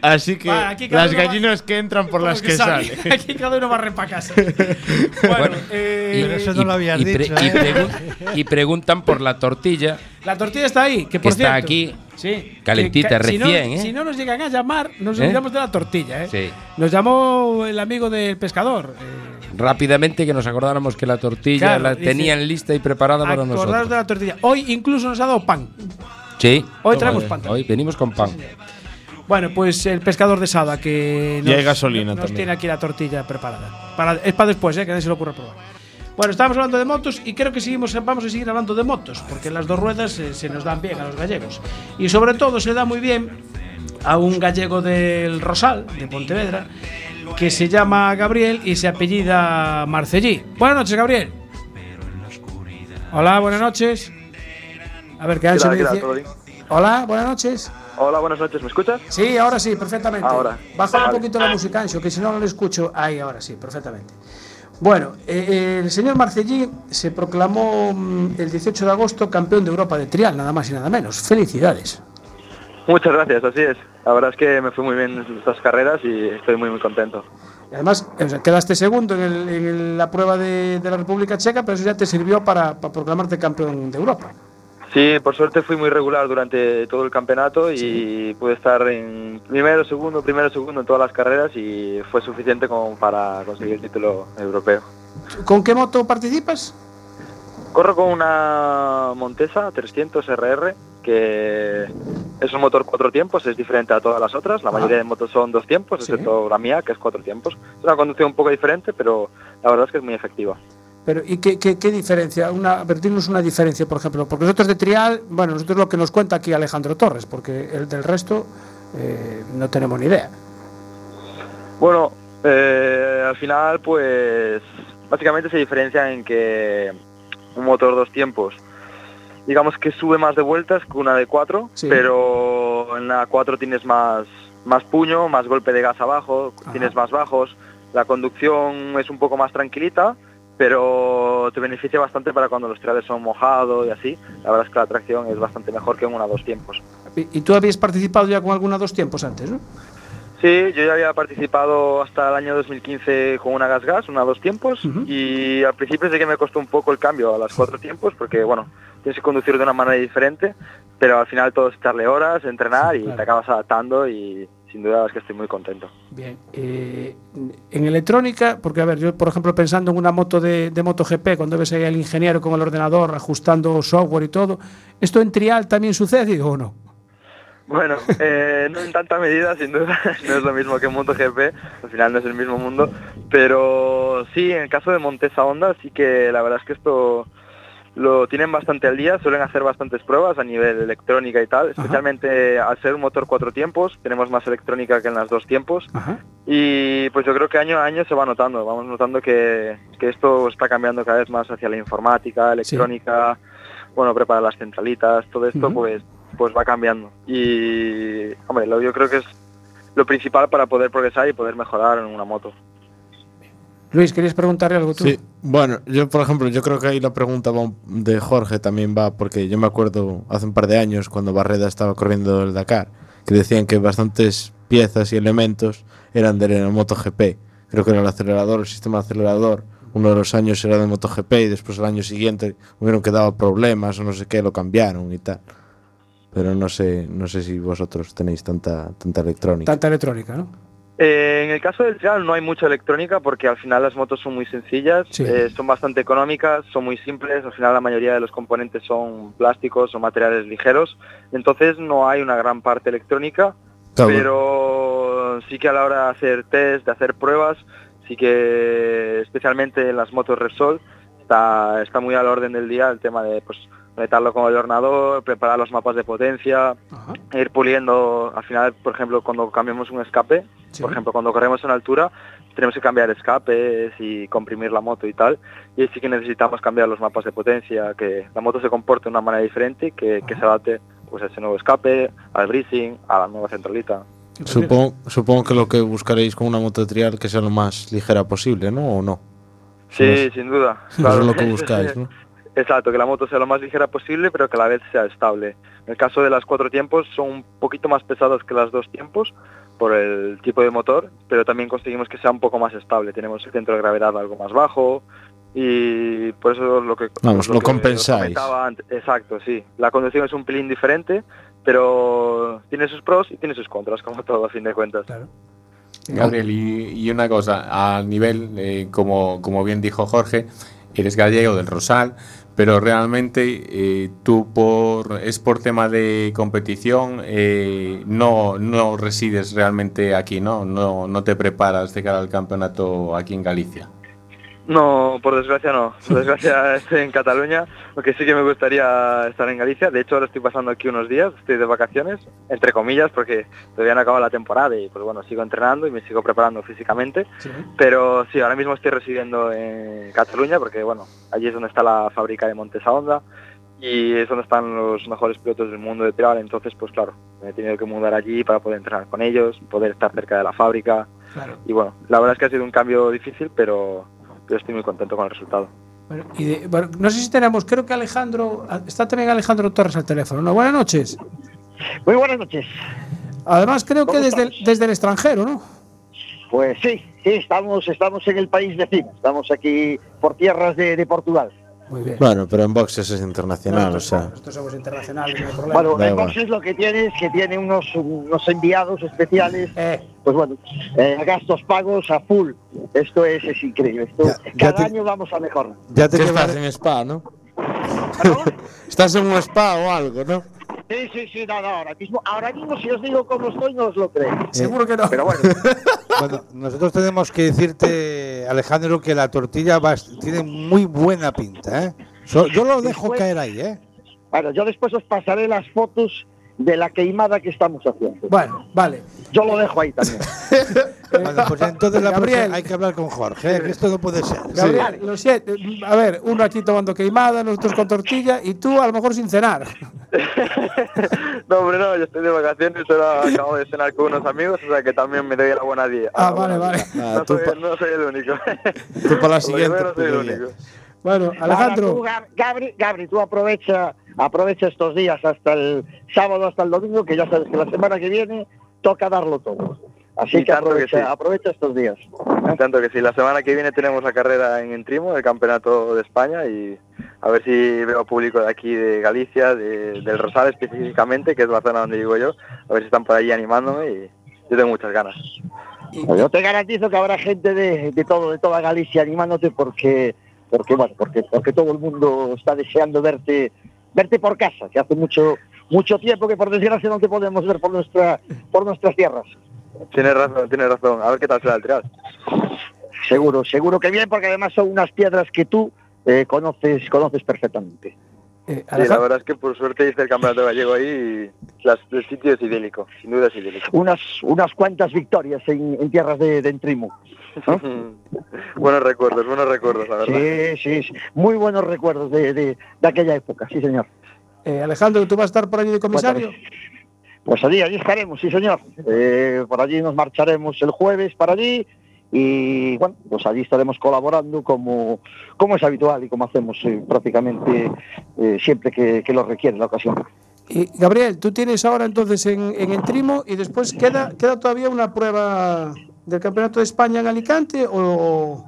Speaker 3: Así que
Speaker 1: Va, aquí cada
Speaker 3: las
Speaker 1: uno va-
Speaker 3: gallinas que entran por las que salen.
Speaker 1: Aquí cada uno barre para casa. bueno,
Speaker 4: Bueno,
Speaker 1: eh,
Speaker 5: Pero eso no lo habías dicho,
Speaker 4: y
Speaker 5: ¿eh?
Speaker 4: pregun- y preguntan por la tortilla.
Speaker 1: la tortilla está ahí, que por
Speaker 4: Está
Speaker 1: cierto-
Speaker 4: aquí,
Speaker 1: Sí.
Speaker 4: calentita,
Speaker 1: Que ca- si no-
Speaker 4: recién, ¿eh?
Speaker 1: Si no nos llegan a llamar, nos
Speaker 4: ¿Eh?
Speaker 1: olvidamos de la tortilla, ¿eh?
Speaker 4: Sí.
Speaker 1: Nos llamó el amigo del pescador. eh,
Speaker 4: Rápidamente que nos acordáramos que la tortilla
Speaker 1: Claro,
Speaker 4: la
Speaker 1: dice,
Speaker 4: tenían lista y preparada para
Speaker 1: Acordaros
Speaker 4: nosotros.
Speaker 1: de la tortilla. Hoy incluso nos ha dado pan.
Speaker 4: Sí.
Speaker 1: Hoy traemos pan.
Speaker 4: Hoy venimos con pan.
Speaker 1: Bueno, pues el pescador de Sada que
Speaker 3: Y hay gasolina
Speaker 1: nos
Speaker 3: también.
Speaker 1: tiene aquí la tortilla preparada. Para, es para después, ¿eh? que a nadie se le ocurra probar. Bueno, estábamos hablando de motos y creo que seguimos, vamos a seguir hablando de motos, porque las dos ruedas eh, se nos dan bien a los gallegos. Y sobre todo se da muy bien a un gallego del Rosal, de Pontevedra, que se llama Gabriel y se apellida Marcellí. Buenas noches, Gabriel. Hola, buenas noches. A ver, ¿qué
Speaker 11: ¿Qué
Speaker 1: han
Speaker 11: tal, qué tal, todo bien?
Speaker 1: Hola, buenas noches.
Speaker 11: Hola, buenas noches, ¿me escuchas?
Speaker 1: Sí, ahora sí, perfectamente.
Speaker 11: Ahora.
Speaker 1: Baja un
Speaker 11: Vale.
Speaker 1: poquito la música, Ancho, que si no, no lo escucho. Ahí, ahora sí, perfectamente. Bueno, eh, eh, el señor Marcellí se proclamó mm, el 18 de agosto campeón de Europa de trial, nada más y nada menos. Felicidades.
Speaker 11: Muchas gracias, así es. La verdad es que me fue muy bien estas carreras y estoy muy, muy contento.
Speaker 1: Y además, o sea, quedaste segundo en, el- en el- la prueba de, de la República Checa, pero eso ya te sirvió para, para proclamarte campeón de Europa.
Speaker 11: Sí, por suerte fui muy regular durante todo el campeonato y pude estar en primero, segundo, primero, segundo en todas las carreras y fue suficiente como para conseguir el título europeo.
Speaker 1: ¿Con qué moto participas?
Speaker 11: Corro con una Montesa 300 RR que es un motor cuatro tiempos, es diferente a todas las otras. La mayoría de motos son dos tiempos,
Speaker 1: Sí.
Speaker 11: excepto la mía que es cuatro tiempos. Es una conducción un poco diferente, pero la verdad es que es muy efectiva.
Speaker 1: Pero, ¿y qué, qué- qué diferencia? Una, vertirnos una diferencia, por ejemplo. Porque nosotros de trial, bueno, nosotros lo que nos cuenta aquí Alejandro Torres, porque el del resto eh, no tenemos ni idea.
Speaker 11: Bueno, eh, al final pues básicamente se diferencia en que un motor dos tiempos digamos que sube más de vueltas que una de cuatro,
Speaker 1: Sí.
Speaker 11: pero en la cuatro tienes más, más puño, más golpe de gas abajo,
Speaker 1: Ajá.
Speaker 11: tienes más bajos, la conducción es un poco más tranquilita, pero te beneficia bastante para cuando los traves son mojados y así, la verdad es que la tracción es bastante mejor que en una dos tiempos.
Speaker 1: Y, y tú habías participado ya con alguna dos tiempos antes, ¿no?
Speaker 11: Sí, yo ya había participado hasta el año 2015 con una gas gas, una dos tiempos, y al principio sí que me costó un poco el cambio a las cuatro tiempos, porque bueno, tienes que conducir de una manera diferente, pero al final todo es echarle horas, entrenar y te acabas adaptando y sin duda es que estoy muy contento.
Speaker 1: Bien, eh, en electrónica, porque a ver, yo por ejemplo pensando en una moto de, de MotoGP, cuando ves ahí al ingeniero con el ordenador ajustando software y todo, ¿esto en trial también sucede o no?
Speaker 11: Bueno, eh, no en tanta medida, sin duda, no es lo mismo que MotoGP, al final no es el mismo mundo, pero sí, en el caso de Montesa Honda, sí que la verdad es que esto lo tienen bastante al día, suelen hacer bastantes pruebas a nivel electrónica y tal, especialmente al ser un motor cuatro tiempos, tenemos más electrónica que en las dos tiempos, y pues yo creo que año a año se va notando, vamos notando que, que esto está cambiando cada vez más hacia la informática, electrónica, bueno, preparar las centralitas, todo esto pues pues va cambiando. Y hombre, lo, yo creo que es lo principal para poder progresar y poder mejorar en una moto.
Speaker 1: Luis, ¿querías preguntarle algo tú?
Speaker 3: Sí, bueno, yo por ejemplo, yo creo que ahí la pregunta va un- de Jorge también va, porque yo me acuerdo hace un par de años cuando Barreda estaba corriendo el Dakar, que decían que bastantes piezas y elementos eran de la MotoGP. Creo que era el acelerador, el sistema acelerador. Uno de los años era de MotoGP y después el año siguiente hubieron que daba problemas o no sé qué, lo cambiaron y tal. Pero no sé, no sé si vosotros tenéis tanta, tanta electrónica.
Speaker 1: Tanta electrónica, ¿no?
Speaker 11: Eh, en el caso del trial no hay mucha electrónica porque al final las motos son muy sencillas,
Speaker 1: Sí.
Speaker 11: eh, son bastante económicas, son muy simples, al final la mayoría de los componentes son plásticos o materiales ligeros, entonces no hay una gran parte electrónica,
Speaker 3: Claro.
Speaker 11: pero sí que a la hora de hacer test, de hacer pruebas, sí que especialmente en las motos Repsol está, está muy al orden del día el tema de pues conectarlo con el ordenador, preparar los mapas de potencia, ir puliendo, al final, por ejemplo, cuando cambiamos un escape, por ejemplo, cuando corremos en altura, tenemos que cambiar escapes y comprimir la moto y tal, y ahí sí que necesitamos cambiar los mapas de potencia, que la moto se comporte de una manera diferente y que, que se adapte pues a ese nuevo escape, al breezing, a la nueva centralita.
Speaker 3: Supongo, supongo que lo que buscaréis con una moto trial que sea lo más ligera posible, ¿no? ¿O no?
Speaker 11: Sí, sin duda.
Speaker 3: Eso es lo que buscáis, ¿no?
Speaker 11: Exacto, que la moto sea lo más ligera posible, pero que a la vez sea estable. En el caso de las cuatro tiempos, son un poquito más pesadas que las dos tiempos por el tipo de motor, pero también conseguimos que sea un poco más estable. Tenemos el centro de gravedad algo más bajo y por eso es lo que...
Speaker 3: Vamos,
Speaker 11: es
Speaker 3: lo
Speaker 11: que
Speaker 3: compensáis.
Speaker 11: os comentaba antes. Exacto, sí. La conducción es un pelín diferente, pero tiene sus pros y tiene sus contras, como todo, a fin de cuentas.
Speaker 6: Gabriel, y, y una cosa, a nivel, eh, como, como bien dijo Jorge, eres gallego del Rosal, pero realmente eh, tú por, es por tema de competición, eh, no, no resides realmente aquí, ¿no? ¿no? No te preparas de cara al campeonato aquí en Galicia.
Speaker 11: No, por desgracia no. Por desgracia estoy en Cataluña, aunque sí que me gustaría estar en Galicia. De hecho, ahora estoy pasando aquí unos días, estoy de vacaciones, entre comillas, porque todavía no acaba la temporada y pues bueno, sigo entrenando y me sigo preparando físicamente. Pero sí, ahora mismo estoy residiendo en Cataluña porque bueno, allí es donde está la fábrica de Montesa Honda y es donde están los mejores pilotos del mundo de trial. Entonces, pues claro, me he tenido que mudar allí para poder entrenar con ellos, poder estar cerca de la fábrica. Y bueno, la verdad es que ha sido un cambio difícil, pero yo estoy muy contento con el resultado.
Speaker 1: Bueno, y de- bueno, no sé si tenemos, creo que Alejandro, ah, está también Alejandro Torres al teléfono. ¿no? Buenas noches.
Speaker 12: Muy buenas noches.
Speaker 1: Además, creo que
Speaker 12: ¿Cómo
Speaker 1: desde el, desde el extranjero, ¿no?
Speaker 12: Pues sí, sí, estamos, estamos en el país vecino, estamos aquí por tierras de, de Portugal.
Speaker 1: Muy bien.
Speaker 3: Bueno, pero en boxes es internacional, o sea.
Speaker 1: Nosotros somos internacionales, no hay problema.
Speaker 12: Bueno,
Speaker 3: Da
Speaker 12: el
Speaker 3: igual.
Speaker 12: boxes lo que tiene es que tiene unos, unos enviados especiales, pues bueno, eh, gastos pagos a full. Esto es, es increíble. Esto, cada año vamos a mejor.
Speaker 3: Ya te estás en spa, ¿no? estás en un spa o algo, ¿no?
Speaker 12: Sí, sí, sí, no, no, ahora mismo, ahora mismo si os digo cómo estoy no os lo creéis.
Speaker 5: Seguro
Speaker 1: que no.
Speaker 12: Pero bueno,
Speaker 5: Bueno, nosotros tenemos que decirte, Alejandro, que la tortilla va- tiene muy buena pinta. ¿eh? So- yo lo dejo caer ahí. ¿eh?
Speaker 12: bueno, yo después os pasaré las fotos de la queimada que estamos haciendo.
Speaker 1: Bueno, vale.
Speaker 12: Yo lo dejo ahí también.
Speaker 5: Bueno, pues entonces la
Speaker 1: Gabriel.
Speaker 5: próxima hay que hablar con Jorge, ¿eh? que esto no puede ser.
Speaker 1: Gabriel, lo siento. A ver, uno aquí tomando queimada, nosotros con tortilla y tú a lo mejor sin cenar.
Speaker 11: No, hombre, no, yo estoy de vacaciones, ahora acabo de cenar con unos amigos, o sea que también me doy la buena día.
Speaker 1: Ah, vale, vale.
Speaker 11: No soy, no soy el único.
Speaker 3: Tú para la
Speaker 11: Por lo que veo,
Speaker 3: siguiente.
Speaker 11: no soy el
Speaker 3: tú
Speaker 11: único.
Speaker 1: Bueno,
Speaker 12: Ahora tú, Gab- Gabri, Gabri, tú aprovecha, aprovecha estos días hasta el sábado, hasta el domingo, que ya sabes que la semana que viene toca darlo todo. Así
Speaker 11: Y
Speaker 12: que
Speaker 11: tanto que
Speaker 12: aprovecha,
Speaker 11: sí.
Speaker 12: aprovecha estos días.
Speaker 11: Tanto que sí, la semana que viene tenemos la carrera en Entrimo, el campeonato de España, y a ver si veo público de aquí, de Galicia, de- del Rosal específicamente, que es la zona donde vivo yo, a ver si están por allí animándome y yo tengo muchas ganas.
Speaker 12: Yo te garantizo que habrá gente de, de todo, de toda Galicia animándote porque, porque bueno, porque, porque todo el mundo está deseando verte, verte por casa, que hace mucho, mucho tiempo que por desgracia no te podemos ver por nuestra, por nuestras tierras.
Speaker 11: Tienes razón, tienes razón. A ver qué tal será el trial.
Speaker 12: Seguro, seguro que bien, porque además son unas piedras que tú eh, conoces, conoces perfectamente.
Speaker 11: Sí, la verdad es que por suerte hice el campeonato gallego ahí y las- el sitio es idílico, sin duda es idílico.
Speaker 12: Unas, unas cuantas victorias en, en tierras de, de Entrimo.
Speaker 11: buenos recuerdos, buenos recuerdos, la verdad.
Speaker 12: Sí, sí, sí. Muy buenos recuerdos de, de- de aquella época, sí señor.
Speaker 1: Eh, Alejandro, ¿tú vas a estar por allí de comisario?
Speaker 12: Pues allí, allí estaremos, sí señor. Eh, por allí nos marcharemos el jueves para allí y bueno, pues allí estaremos colaborando como, como es habitual y como hacemos eh, prácticamente eh, siempre que, que lo requiere la ocasión.
Speaker 1: Y, Gabriel, tú tienes ahora entonces en, en el trimo y después queda, queda todavía una prueba del Campeonato de España en Alicante o...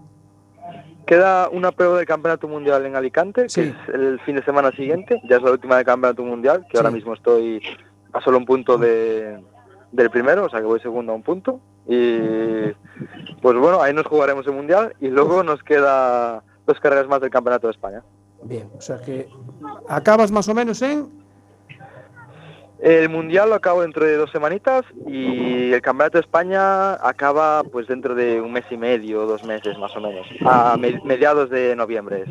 Speaker 11: Queda una prueba del Campeonato Mundial en Alicante, que es el fin de semana siguiente, ya es la última del Campeonato Mundial, que ahora mismo estoy a solo un punto de, del primero, o sea que voy segundo a un punto. Y pues bueno, ahí nos jugaremos el Mundial y luego nos queda dos carreras más del Campeonato de España.
Speaker 1: Bien, o sea que acabas más o menos en...
Speaker 11: El Mundial lo acabo dentro de dos semanitas y el Campeonato de España acaba pues dentro de un mes y medio, dos meses más o menos, a me- mediados de noviembre. es.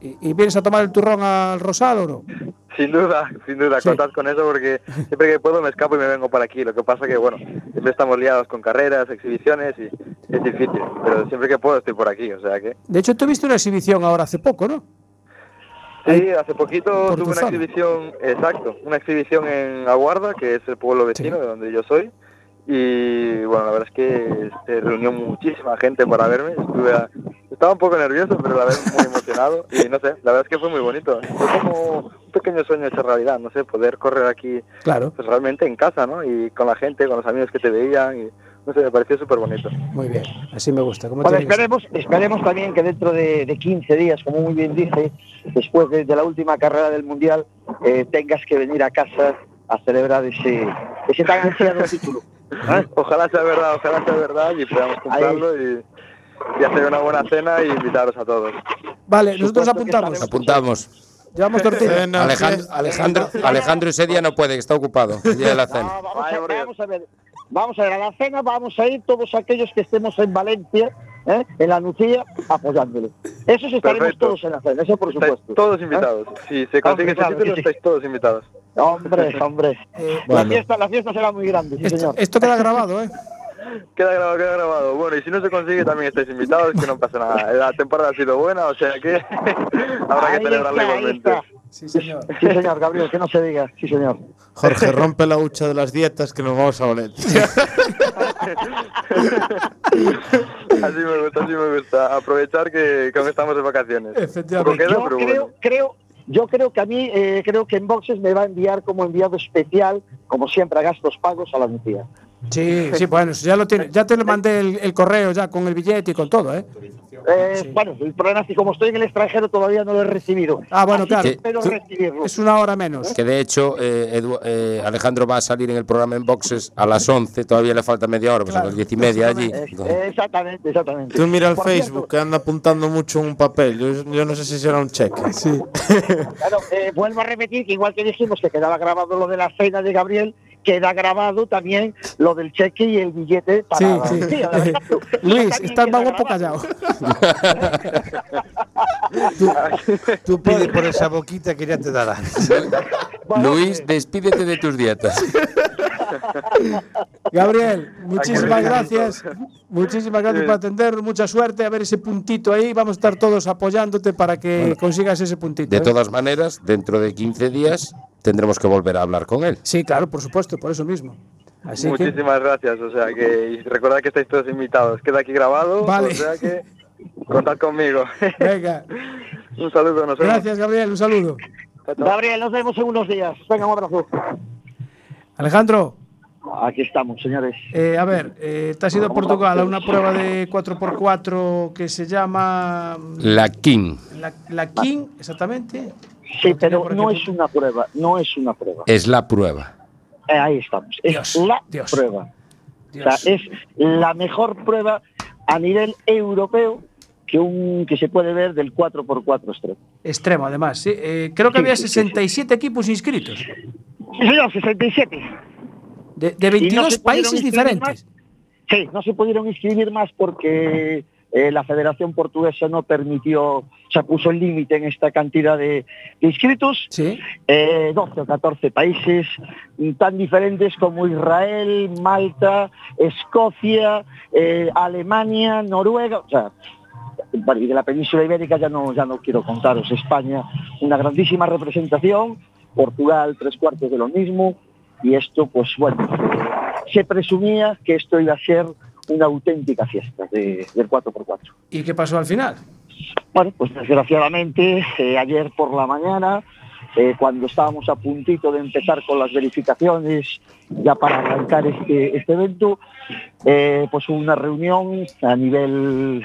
Speaker 1: ¿Y, y vienes a tomar el turrón al Rosal o no?
Speaker 11: Sin duda, sin duda, contad con eso porque siempre que puedo me escapo y me vengo para aquí. Lo que pasa que, bueno, siempre estamos liados con carreras, exhibiciones y es difícil, pero siempre que puedo estoy por aquí, o sea que...
Speaker 1: De hecho, tuviste una exhibición ahora hace poco, ¿no?
Speaker 11: Sí, hace poquito
Speaker 1: por
Speaker 11: tuve
Speaker 1: tu
Speaker 11: una
Speaker 1: zona.
Speaker 11: exhibición, exacto, una exhibición en Aguarda, que es el pueblo vecino de donde yo soy. Y bueno, la verdad es que se reunió muchísima gente para verme. Estuve a- estaba un poco nervioso, pero la verdad muy emocionado. Y no sé, la verdad es que fue muy bonito. Fue como un pequeño sueño hecho realidad, no sé, poder correr aquí
Speaker 1: Claro.
Speaker 11: pues, realmente en casa, ¿no? Y con la gente, con los amigos que te veían. Y no sé, me pareció súper bonito.
Speaker 1: Muy bien, así me gusta. ¿Cómo
Speaker 12: Bueno,
Speaker 1: tiene que ser?
Speaker 12: esperemos, esperemos también que dentro de, de 15 días, como muy bien dije, después de, de la última carrera del Mundial, eh, tengas que venir a casa a celebrar ese, ese tan ansiado título.
Speaker 11: Ojalá sea verdad, ojalá sea verdad y podamos comprarlo y, y hacer una buena cena y invitaros a todos.
Speaker 1: Vale, nosotros apuntamos.
Speaker 4: Apuntamos.
Speaker 1: Llevamos tortilla.
Speaker 4: Alejandro, Alejandro, Alejandro ese día no puede, que está ocupado. El día de la cena.
Speaker 12: Vamos a, vamos a ver, vamos a ver, a la cena vamos a ir todos aquellos que estemos en Valencia, ¿eh? en la Nucía, apoyándole. Esos estaremos
Speaker 11: Perfecto.
Speaker 12: todos en la cena, eso por
Speaker 11: Estáis
Speaker 12: supuesto. Ah, ¿Eh?
Speaker 11: todos invitados. Si se consigue
Speaker 12: Hombre, claro
Speaker 11: ese título,
Speaker 12: que sí.
Speaker 11: estáis todos invitados.
Speaker 12: Hombre, hombre.
Speaker 11: Bueno.
Speaker 12: la, fiesta, la fiesta será muy grande, sí, señor.
Speaker 1: Eh, Esto queda grabado, ¿eh?
Speaker 11: Queda grabado, queda grabado. Bueno, y si no se consigue, también estáis invitados, que no pasa nada. La temporada ha sido buena, o sea que habrá que celebrarla igualmente.
Speaker 1: Sí, señor.
Speaker 12: Sí, señor, Gabriel, que no se diga. Sí, señor.
Speaker 3: Jorge, rompe la hucha de las dietas que nos vamos a oler.
Speaker 11: Así me gusta, así me gusta. Aprovechar que, que aún estamos de vacaciones. Poco
Speaker 12: Yo
Speaker 11: queda, pero bueno.
Speaker 12: creo, creo, yo creo que a mí, eh, creo que en boxes me va a enviar como enviado especial, como siempre, a gastos pagos a la Nucía.
Speaker 1: Sí, sí, bueno, ya lo tiene. Ya te lo mandé el, el correo ya con el billete y con todo, ¿eh?
Speaker 12: Eh, Bueno, el problema es que como estoy en el extranjero todavía no lo he recibido.
Speaker 1: Ah, bueno,
Speaker 12: Así
Speaker 4: claro.
Speaker 12: que espero
Speaker 4: Tú-
Speaker 12: recibirlo.
Speaker 1: Es una hora menos.
Speaker 4: Que de hecho, eh, Edu- eh, Alejandro va a salir en el programa en boxes a las 11, todavía le falta media hora, pues a las 10 y media allí.
Speaker 12: Eh, Exactamente, exactamente.
Speaker 3: Tú mira el
Speaker 12: Por
Speaker 3: Facebook, que anda apuntando mucho en un papel. Yo, yo no sé si será un cheque.
Speaker 1: Sí.
Speaker 12: Claro, eh, vuelvo a repetir que igual que dijimos que quedaba grabado lo de la cena de Gabriel, queda grabado también lo del cheque y el billete para...
Speaker 1: Sí, sí.
Speaker 12: Sí, la verdad,
Speaker 1: Luis, estás más guapo callado.
Speaker 5: Tú pide por esa boquita que ya te dará.
Speaker 4: Luis, despídete de tus dietas.
Speaker 1: Gabriel, muchísimas
Speaker 4: Aquí lo
Speaker 1: gracias. Muchísimas gracias por atender. Mucha suerte. A ver ese puntito ahí. Vamos a estar todos apoyándote para que consigas ese puntito.
Speaker 4: De
Speaker 1: ¿eh?
Speaker 4: todas maneras, dentro de 15 días tendremos que volver a hablar con él.
Speaker 1: Sí, claro, por supuesto, por eso mismo. Así que-
Speaker 11: Muchísimas gracias, o sea que y recordad que estáis todos invitados. Queda aquí grabado,
Speaker 1: Vale.
Speaker 11: o sea que contad conmigo.
Speaker 1: Venga.
Speaker 11: Un saludo, nos vemos.
Speaker 1: Gracias, Gabriel. Un saludo.
Speaker 12: Gabriel, nos vemos en unos días. Venga, un abrazo.
Speaker 1: Alejandro,
Speaker 12: Aquí estamos, señores.
Speaker 1: Eh, a ver, eh, te has ido a Portugal a una prueba de 4x4 que se llama mm,
Speaker 4: La King.
Speaker 1: la, la King, exactamente.
Speaker 12: Sí, pero no es una prueba, no es una prueba.
Speaker 4: Es la prueba.
Speaker 12: Eh, ahí estamos. Es la prueba. O sea, es la mejor prueba a nivel europeo que, un, que se puede ver del 4x4 extremo.
Speaker 1: Extremo, además. sí. Eh, creo que
Speaker 12: Sí,
Speaker 1: había
Speaker 12: sí, sí, sí.
Speaker 1: 67 equipos inscritos
Speaker 12: Sí, señor, 67.
Speaker 1: de, de
Speaker 12: Y no
Speaker 1: 22
Speaker 12: se pudieron
Speaker 1: países
Speaker 12: inscribir
Speaker 1: diferentes.
Speaker 12: más. Sí, no se pudieron inscribir más porque eh, la Federación Portuguesa no permitió, se puso el límite en esta cantidad de, de inscritos. Eh, 12 o 14 países mm, tan diferentes como Israel, Malta, Escocia, eh, Alemania, Noruega, o sea, bueno, y de la península ibérica ya no, ya no quiero contaros, España, una grandísima representación, Portugal tres cuartos de lo mismo, y esto pues bueno, se presumía que esto iba a ser una auténtica fiesta de- del 4x4.
Speaker 1: ¿Y qué pasó al final?
Speaker 12: Bueno, pues desgraciadamente eh, ayer por la mañana, eh, cuando estábamos a puntito de empezar con las verificaciones ya para arrancar este, este evento, eh, pues hubo una reunión a nivel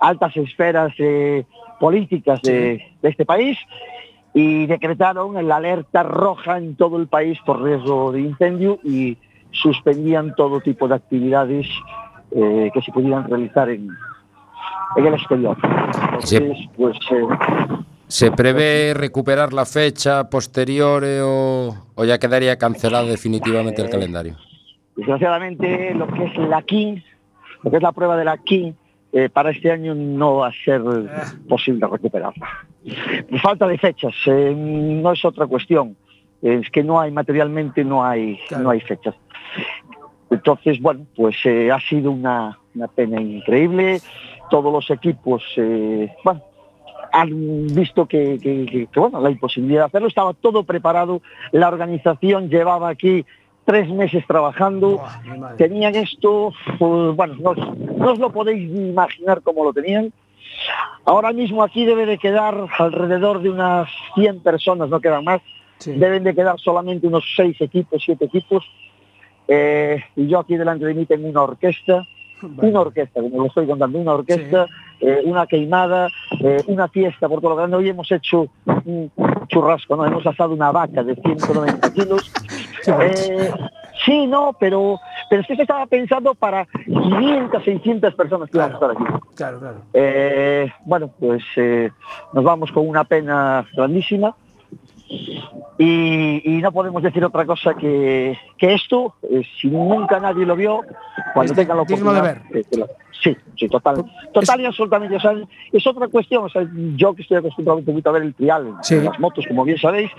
Speaker 12: altas esferas eh, políticas de, de este país y decretaron la alerta roja en todo el país por riesgo de incendio y suspendían todo tipo de actividades eh, que se pudieran realizar en, en el exterior. Entonces, pues, eh,
Speaker 4: ¿Se prevé recuperar la fecha posterior eh, o, o ya quedaría cancelado definitivamente el calendario?
Speaker 12: desgraciadamente lo que es la King, lo que es la prueba de la King, eh, para este año no va a ser posible recuperarla. Falta de fechas, eh, no es otra cuestión. Es que no hay materialmente, no hay, no hay fechas. Entonces, bueno, pues eh, ha sido una, una pena increíble. Todos los equipos, eh, bueno, han visto que, que- que- que, bueno, la imposibilidad de hacerlo. Estaba todo preparado. La organización llevaba aquí tres meses trabajando. Tenían esto, pues, bueno, no, os- no os lo podéis ni imaginar cómo lo tenían. Ahora mismo aquí debe de quedar alrededor de unas 100 personas, no quedan más. Deben de quedar solamente unos seis equipos, siete equipos. Eh, y yo aquí delante de mí tengo una orquesta, una orquesta, como lo estoy contando, una orquesta, eh, una queimada, eh, una fiesta por todo lo grande. Hoy hemos hecho un churrasco, ¿no? Hemos asado una vaca de 190 kilos. Eh, sí, no, pero, pero es que se estaba pensando para 500, 600 personas que iban a estar aquí.
Speaker 1: Claro, claro.
Speaker 12: Eh, bueno, pues eh, nos vamos con una pena grandísima y, y no podemos decir otra cosa que, que esto, eh, si nunca nadie lo vio, cuando
Speaker 1: Este,
Speaker 12: tengan la
Speaker 1: digno de
Speaker 12: oportunidad... eh, que lo- Sí, sí,
Speaker 1: Pues,
Speaker 12: total, total y absolutamente. O sea, es otra cuestión. o sea, yo que estoy acostumbrado un poquito a ver el trial,
Speaker 1: Sí.
Speaker 12: las motos, como bien sabéis,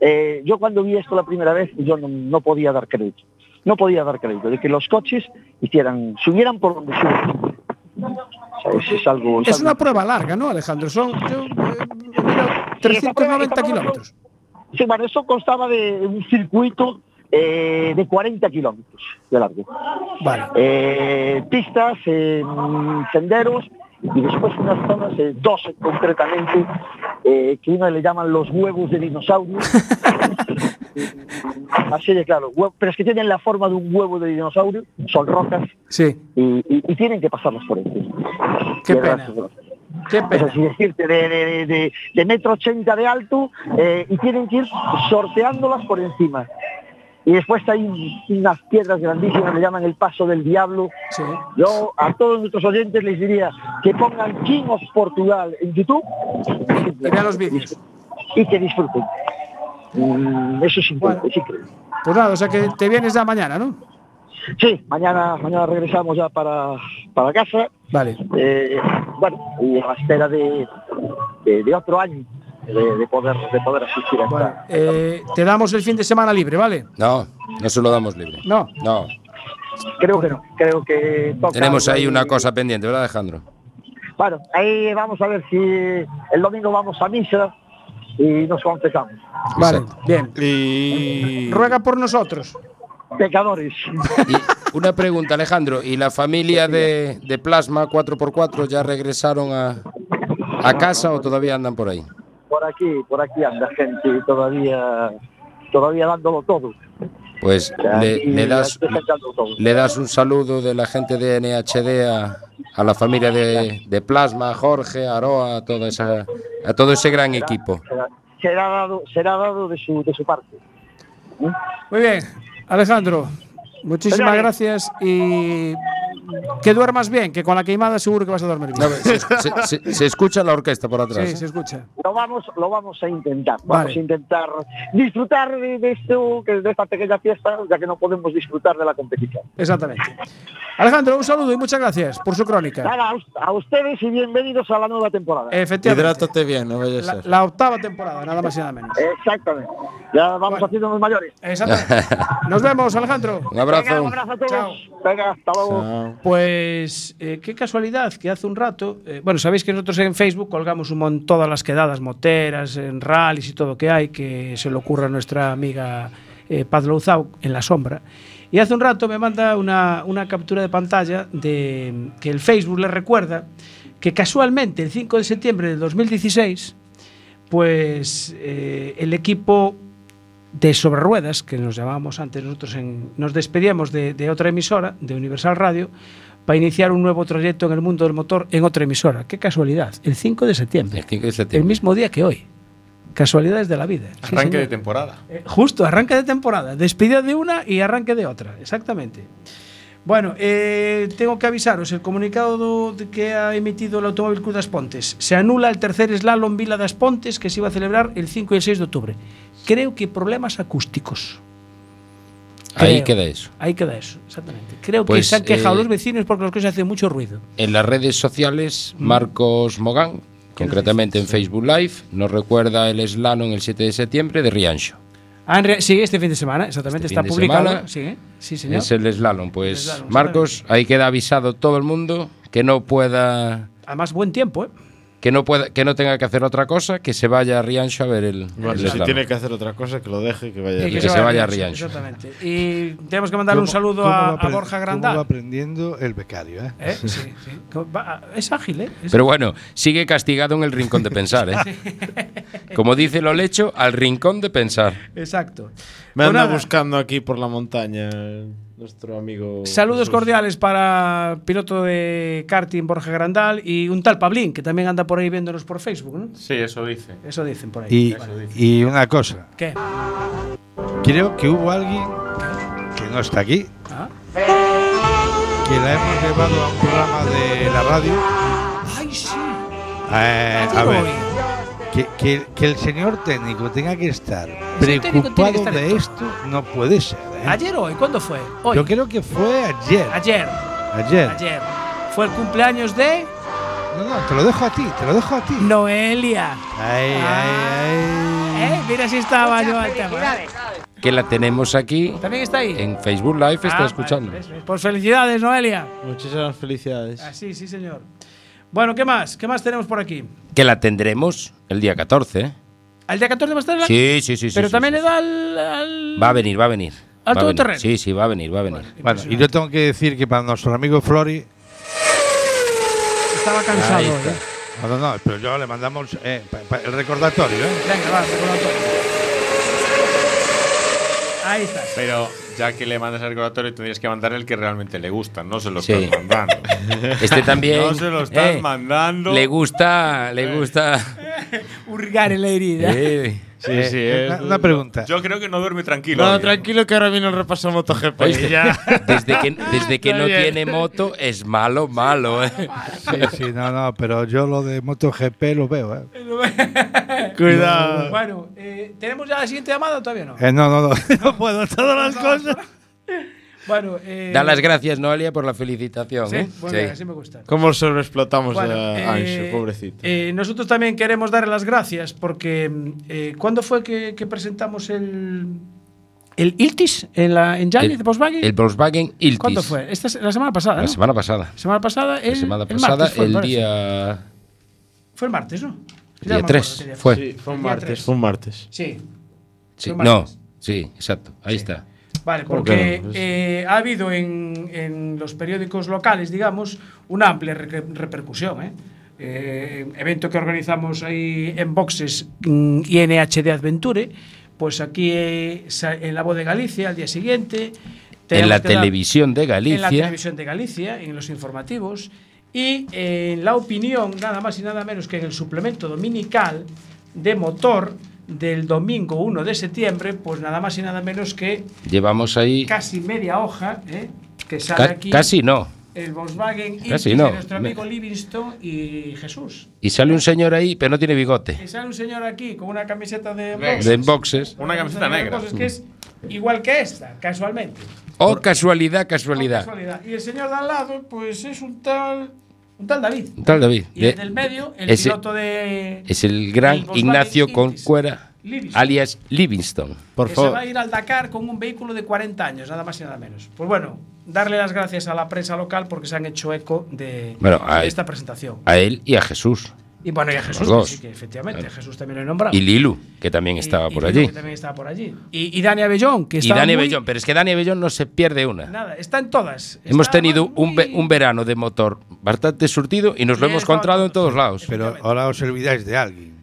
Speaker 12: eh, yo cuando vi esto la primera vez, yo no, no podía dar crédito. No podía dar crédito de que los coches hicieran, subieran por donde suben. O sea, es, es algo.
Speaker 1: Es
Speaker 12: algo
Speaker 1: una prueba larga, ¿no, Alejandro? Son yo, eh, mira,
Speaker 12: Sí, esta prueba- esta
Speaker 1: 390
Speaker 12: prueba-
Speaker 1: kilómetros.
Speaker 12: Sí, bueno, eso constaba de un circuito eh, de 40 kilómetros de largo. Eh, pistas, eh, mm, senderos y después unas zonas, eh, dos concretamente, eh, que una le llaman los huevos de dinosaurio. Así de claro, hue- pero es que tienen la forma de un huevo de dinosaurio, son rocas
Speaker 1: Sí.
Speaker 12: y, y- y tienen que pasarlas por encima.
Speaker 1: Qué
Speaker 12: De verdad,
Speaker 1: pena.
Speaker 12: de verdad.
Speaker 1: Qué
Speaker 12: O sea, si decirte, de, de, de- de- de metro ochenta de alto eh, y tienen que ir sorteándolas por encima. Y después hay un- unas piedras grandísimas, le llaman el paso del diablo. Yo a todos nuestros oyentes les diría que pongan King of Portugal en YouTube y vean los vídeos. Y que disfruten. Mm, Eso es importante, es increíble.
Speaker 1: Pues nada, o sea que te vienes ya mañana, ¿no?
Speaker 12: Sí, mañana, mañana regresamos ya para, para casa.
Speaker 1: Vale.
Speaker 12: Eh, bueno, y a la espera de, de, de otro año de, de poder, de poder asistir a esta.
Speaker 1: Eh, te damos el fin de semana libre, ¿vale?
Speaker 4: No, no se lo damos libre.
Speaker 1: No.
Speaker 4: No.
Speaker 12: Creo que no, creo que toca.
Speaker 4: Tenemos ahí una cosa pendiente, ¿verdad, Alejandro?
Speaker 12: Bueno, ahí vamos a ver si el domingo vamos a misa y nos confesamos.
Speaker 1: Vale, bien.
Speaker 3: Y...
Speaker 1: Ruega por nosotros.
Speaker 12: Pecadores.
Speaker 4: Una pregunta, Alejandro. ¿Y la familia de, de Plasma 4x4 ya regresaron a, a casa o todavía andan por ahí?
Speaker 12: Por aquí, por aquí anda gente todavía, todavía dándolo todo.
Speaker 4: Pues le, le das,
Speaker 12: Estoy saltando todo.
Speaker 4: le das un saludo de la gente de NHD a, a la familia de, de Plasma, a Jorge, a Aroa, a, toda esa, a todo ese gran equipo.
Speaker 12: Será- Será dado, será dado de su, de su parte.
Speaker 1: Muy bien, Alejandro, muchísimas
Speaker 12: Señores.
Speaker 1: gracias y que duermas bien, que con la queimada seguro que vas a dormir bien.
Speaker 4: No, se, se- se- se escucha la orquesta por atrás.
Speaker 1: Sí,
Speaker 4: ¿eh?
Speaker 1: se escucha.
Speaker 12: Lo vamos, lo vamos a intentar.
Speaker 4: Vale.
Speaker 12: Vamos a intentar disfrutar de, de esto, que es de esta pequeña fiesta, ya que no podemos disfrutar de la competición.
Speaker 1: Exactamente. Alejandro, un saludo y muchas gracias por su crónica.
Speaker 12: Nada, a us- a ustedes y bienvenidos a la nueva temporada.
Speaker 1: Efectivamente,
Speaker 3: Hidrátate bien, no vaya a
Speaker 1: la,
Speaker 3: ser.
Speaker 1: la octava temporada, nada más y nada menos.
Speaker 12: Exactamente. Ya vamos haciendo los mayores.
Speaker 1: Exactamente. Nos vemos, Alejandro.
Speaker 4: Un abrazo.
Speaker 12: Venga, un abrazo a todos. Venga, hasta luego.
Speaker 1: Pues eh, qué casualidad que hace un rato, eh, bueno, sabéis que nosotros en Facebook colgamos un montón todas las quedadas moteras, en rallies y todo que hay, que se le ocurra a nuestra amiga eh, Paz Louzao en la sombra. Y hace un rato me manda una, una captura de pantalla de que el Facebook le recuerda que casualmente el 5 de septiembre del 2016, pues eh, el equipo de Sobre Ruedas, que nos llamábamos antes nosotros, en- nos despedíamos de, de otra emisora, de Universal Radio, para iniciar un nuevo trayecto en el mundo del motor en otra emisora. Qué casualidad, el 5 de septiembre,
Speaker 4: El 5 de
Speaker 1: el
Speaker 4: septiembre.
Speaker 1: mismo día que hoy. Casualidades de la vida. Sí,
Speaker 6: Arranque de
Speaker 1: señor.
Speaker 6: temporada.
Speaker 1: Eh, Justo, arranque de temporada, despedida de una y arranque de otra, exactamente. Bueno, eh, tengo que avisaros, el comunicado de que ha emitido el Automóvil Club das Pontes. Se anula el tercer slalom Vila das Pontes que se iba a celebrar el 5 y el 6 de octubre. Creo que problemas acústicos.
Speaker 4: Ahí
Speaker 1: Creo.
Speaker 4: queda eso.
Speaker 1: Ahí queda eso, exactamente. Creo que
Speaker 4: Pues,
Speaker 1: se han quejado
Speaker 4: eh,
Speaker 1: los vecinos porque los coches hacen mucho ruido.
Speaker 4: En las redes sociales, Marcos Mogán, concretamente en Facebook Live, nos recuerda el slalom el 7 de septiembre de Riancho.
Speaker 1: Ah, en rea- sí, este fin de semana, exactamente,
Speaker 4: Este
Speaker 1: está
Speaker 4: fin de
Speaker 1: publicado.
Speaker 4: semana
Speaker 1: Sí, ¿eh? sí, señor.
Speaker 4: Es el slalom. Pues
Speaker 1: El slalom,
Speaker 4: Marcos, ahí queda avisado todo el mundo que no pueda,
Speaker 1: Además, buen tiempo, ¿eh?
Speaker 4: que no pueda, que no tenga que hacer otra cosa, que se vaya a Riancho a ver el, el
Speaker 3: Bueno, si
Speaker 4: slalom.
Speaker 3: tiene que hacer otra cosa, que lo deje y que vaya.
Speaker 1: Y
Speaker 4: que se vaya a Riancho.
Speaker 1: Exactamente. Y tenemos que mandarle un
Speaker 5: ¿Cómo-
Speaker 1: saludo
Speaker 5: cómo
Speaker 1: a,
Speaker 5: va
Speaker 1: a
Speaker 5: apren-
Speaker 1: Borja
Speaker 5: cómo
Speaker 1: Grandal.
Speaker 5: va aprendiendo el becario, ¿eh?
Speaker 1: ¿Eh? Sí, sí. Va- Es ágil, ¿eh? Es-
Speaker 4: Pero bueno, sigue castigado en el rincón de pensar, ¿eh? Como dice lo lecho, al rincón de pensar.
Speaker 1: Exacto.
Speaker 3: Me
Speaker 1: Pues
Speaker 3: anda
Speaker 1: nada,
Speaker 3: buscando aquí por la montaña eh, nuestro amigo.
Speaker 1: Saludos
Speaker 3: Jesús.
Speaker 1: cordiales para piloto de karting Borja Grandal y un tal Pablín, que también anda por ahí viéndonos por Facebook, ¿no?
Speaker 6: Sí, eso dice.
Speaker 1: Eso dicen por ahí.
Speaker 5: Y,
Speaker 1: Vale.
Speaker 5: y una cosa,
Speaker 1: ¿Qué?
Speaker 5: creo que hubo alguien que no está aquí,
Speaker 1: Ah.
Speaker 5: que la hemos llevado a un programa de la radio.
Speaker 1: ¡Ay, sí!
Speaker 5: eh, a
Speaker 1: Ayer
Speaker 5: ver,
Speaker 1: oí.
Speaker 5: que, que- que el señor técnico tenga que estar
Speaker 1: El técnico tiene que
Speaker 5: preocupado
Speaker 1: estar
Speaker 5: de
Speaker 1: en
Speaker 5: esto no puede ser. ¿eh?
Speaker 1: ¿Ayer o hoy? ¿Cuándo fue? Hoy.
Speaker 5: Yo creo que fue ayer.
Speaker 1: Ayer.
Speaker 5: Ayer.
Speaker 1: Ayer. Fue el cumpleaños de
Speaker 5: No, no, te lo dejo a ti, te lo dejo a ti.
Speaker 1: Noelia.
Speaker 5: Ay, ay, ay.
Speaker 1: ¿Eh? Mira si estaba yo al tema. ¿eh?
Speaker 4: Que la tenemos aquí
Speaker 1: También está ahí.
Speaker 4: en Facebook Live,
Speaker 1: Ah,
Speaker 4: está
Speaker 1: vale,
Speaker 4: escuchando.
Speaker 1: ves, ves. Pues felicidades, Noelia.
Speaker 3: Muchísimas felicidades.
Speaker 1: Así, sí, señor. Bueno, ¿qué más? ¿Qué más tenemos por aquí?
Speaker 4: Que la tendremos el día 14. ¿eh?
Speaker 1: ¿Al día 14 va a estar la-
Speaker 4: Sí, sí, sí. sí,
Speaker 1: Pero
Speaker 4: sí,
Speaker 1: también
Speaker 4: sí,
Speaker 1: le da al. al-
Speaker 4: Va a venir, va a venir.
Speaker 1: ¿Al
Speaker 4: Va a venir.
Speaker 1: todoterreno?
Speaker 4: Sí, sí, va a venir, va a venir.
Speaker 5: Bueno, y yo tengo que decir que para nuestro amigo Flori,
Speaker 1: Estaba cansado.
Speaker 4: Ahí
Speaker 1: ¿eh?
Speaker 4: está.
Speaker 5: no, no, no, pero yo le mandamos eh, pa- pa- el recordatorio, ¿eh?
Speaker 1: Venga, va, recordatorio. Ahí está.
Speaker 6: Pero ya que le mandas el recordatorio, tendrías que mandar el que realmente le gusta. No se lo
Speaker 4: Sí.
Speaker 6: estás mandando.
Speaker 4: Este también.
Speaker 6: No se lo estás
Speaker 4: eh,
Speaker 6: mandando.
Speaker 4: Le gusta, le gusta.
Speaker 1: Hurgar en la herida.
Speaker 4: eh.
Speaker 3: Sí,
Speaker 5: Eh,
Speaker 3: sí,
Speaker 5: eh,
Speaker 3: es-
Speaker 5: una, una pregunta.
Speaker 6: Yo creo que no duerme tranquilo.
Speaker 3: No,
Speaker 6: hoy, ¿eh?
Speaker 3: tranquilo que ahora vino el repaso MotoGP.
Speaker 4: Oíste,
Speaker 3: Ya.
Speaker 4: Desde que, desde que
Speaker 3: Está
Speaker 4: no
Speaker 3: bien.
Speaker 4: tiene moto es malo, malo. eh.
Speaker 5: Sí, sí, no, no, pero yo lo de MotoGP lo veo, ¿eh?
Speaker 3: Cuidado.
Speaker 1: Bueno, eh, ¿tenemos ya la siguiente llamada o todavía no?
Speaker 5: Eh, no, no, no, no puedo todas las cosas.
Speaker 1: Bueno, eh,
Speaker 4: Da las gracias, Noelia, por la felicitación.
Speaker 1: Sí,
Speaker 4: ¿eh?
Speaker 1: bueno,
Speaker 4: Sí.
Speaker 1: venga, sí me gusta.
Speaker 3: ¿Cómo sobreexplotamos
Speaker 1: Bueno,
Speaker 3: a
Speaker 1: eh,
Speaker 3: Ancho, pobrecito?
Speaker 1: eh, nosotros también queremos darle las gracias porque mm, eh, ¿cuándo fue que, que presentamos el, el Iltis en, la, en Gianni de Volkswagen?
Speaker 4: el Volkswagen Iltis.
Speaker 1: ¿Cuándo fue? Esta, es- la semana pasada,
Speaker 4: La
Speaker 1: ¿no?
Speaker 4: semana pasada.
Speaker 1: Semana pasada, el,
Speaker 4: la semana
Speaker 1: el
Speaker 4: pasada,
Speaker 1: martes fue,
Speaker 4: el,
Speaker 1: me parece.
Speaker 4: día,
Speaker 1: Fue el martes, ¿no?
Speaker 4: el
Speaker 1: Ya
Speaker 4: día
Speaker 1: me acuerdo qué
Speaker 4: 3.
Speaker 1: día
Speaker 4: Fue.
Speaker 3: sí, fue un
Speaker 1: día
Speaker 3: martes.
Speaker 1: tres.
Speaker 3: Fue un martes.
Speaker 1: Sí.
Speaker 4: Sí,
Speaker 1: fue
Speaker 4: no,
Speaker 1: martes.
Speaker 4: sí, exacto. Ahí está.
Speaker 1: Vale,
Speaker 3: ¿Cómo
Speaker 1: porque
Speaker 3: que no? Pues-
Speaker 1: eh, ha habido en, en los periódicos locales, digamos, una amplia re- repercusión. ¿eh? Eh, evento que organizamos ahí en boxes mm, y NHD Adventure, pues aquí eh, sa- en la voz de Galicia al día siguiente.
Speaker 4: En
Speaker 1: tenemos
Speaker 4: la
Speaker 1: que dar-
Speaker 4: televisión de
Speaker 1: en la
Speaker 4: Galicia.
Speaker 1: televisión de Galicia, en los informativos y en la opinión, nada más y nada menos que en el suplemento dominical de motor del domingo 1 de septiembre, pues nada más y nada menos que
Speaker 4: Llevamos ahí.
Speaker 1: casi media hoja, ¿eh? que sale
Speaker 4: ca-
Speaker 1: aquí
Speaker 4: casi no.
Speaker 1: el Volkswagen y
Speaker 4: Casi no.
Speaker 1: nuestro amigo Livingston y Jesús.
Speaker 4: Y sale un señor ahí, pero no tiene bigote.
Speaker 1: Y sale un señor aquí con una camiseta de
Speaker 4: De boxes.
Speaker 1: Una
Speaker 6: camiseta negra.
Speaker 1: boxes que es igual que esta, casualmente.
Speaker 4: Oh, casualidad, casualidad.
Speaker 1: Casualidad. Y el señor de al lado, pues es un tal, un tal David.
Speaker 4: Tal David.
Speaker 1: Y
Speaker 4: De-
Speaker 1: el del medio, el
Speaker 4: ese-
Speaker 1: piloto de.
Speaker 4: Es el gran
Speaker 1: del Volkswagen
Speaker 4: Ignacio
Speaker 1: Ibis.
Speaker 4: Concuera,
Speaker 1: Ibis.
Speaker 4: alias Livingston.
Speaker 1: que se va a ir al Dakar con un vehículo de 40 años, nada más y nada menos. Pues bueno, darle las gracias a la prensa local porque se han hecho eco de,
Speaker 4: Bueno,
Speaker 1: de
Speaker 4: a,
Speaker 1: esta presentación.
Speaker 4: a él y a Jesús.
Speaker 1: Y bueno, y a
Speaker 4: Los
Speaker 1: Jesús, que
Speaker 4: dos.
Speaker 1: sí, que efectivamente, Jesús también lo he nombrado.
Speaker 4: Y Lilu, que también estaba
Speaker 1: Y- y
Speaker 4: por
Speaker 1: Lilu,
Speaker 4: allí.
Speaker 1: que también estaba por allí. Y, y Dani Abellón, que
Speaker 4: Y
Speaker 1: está.
Speaker 4: Dani
Speaker 1: muy-
Speaker 4: Bellón, pero es que Dani Bellón no se pierde una.
Speaker 1: Nada, está en todas. Eh,
Speaker 4: Hemos tenido un, ve- un verano de motor bastante surtido y nos lo
Speaker 1: Y
Speaker 4: hemos
Speaker 1: estaba
Speaker 4: encontrado en todos lados.
Speaker 5: Pero ahora os olvidáis de alguien.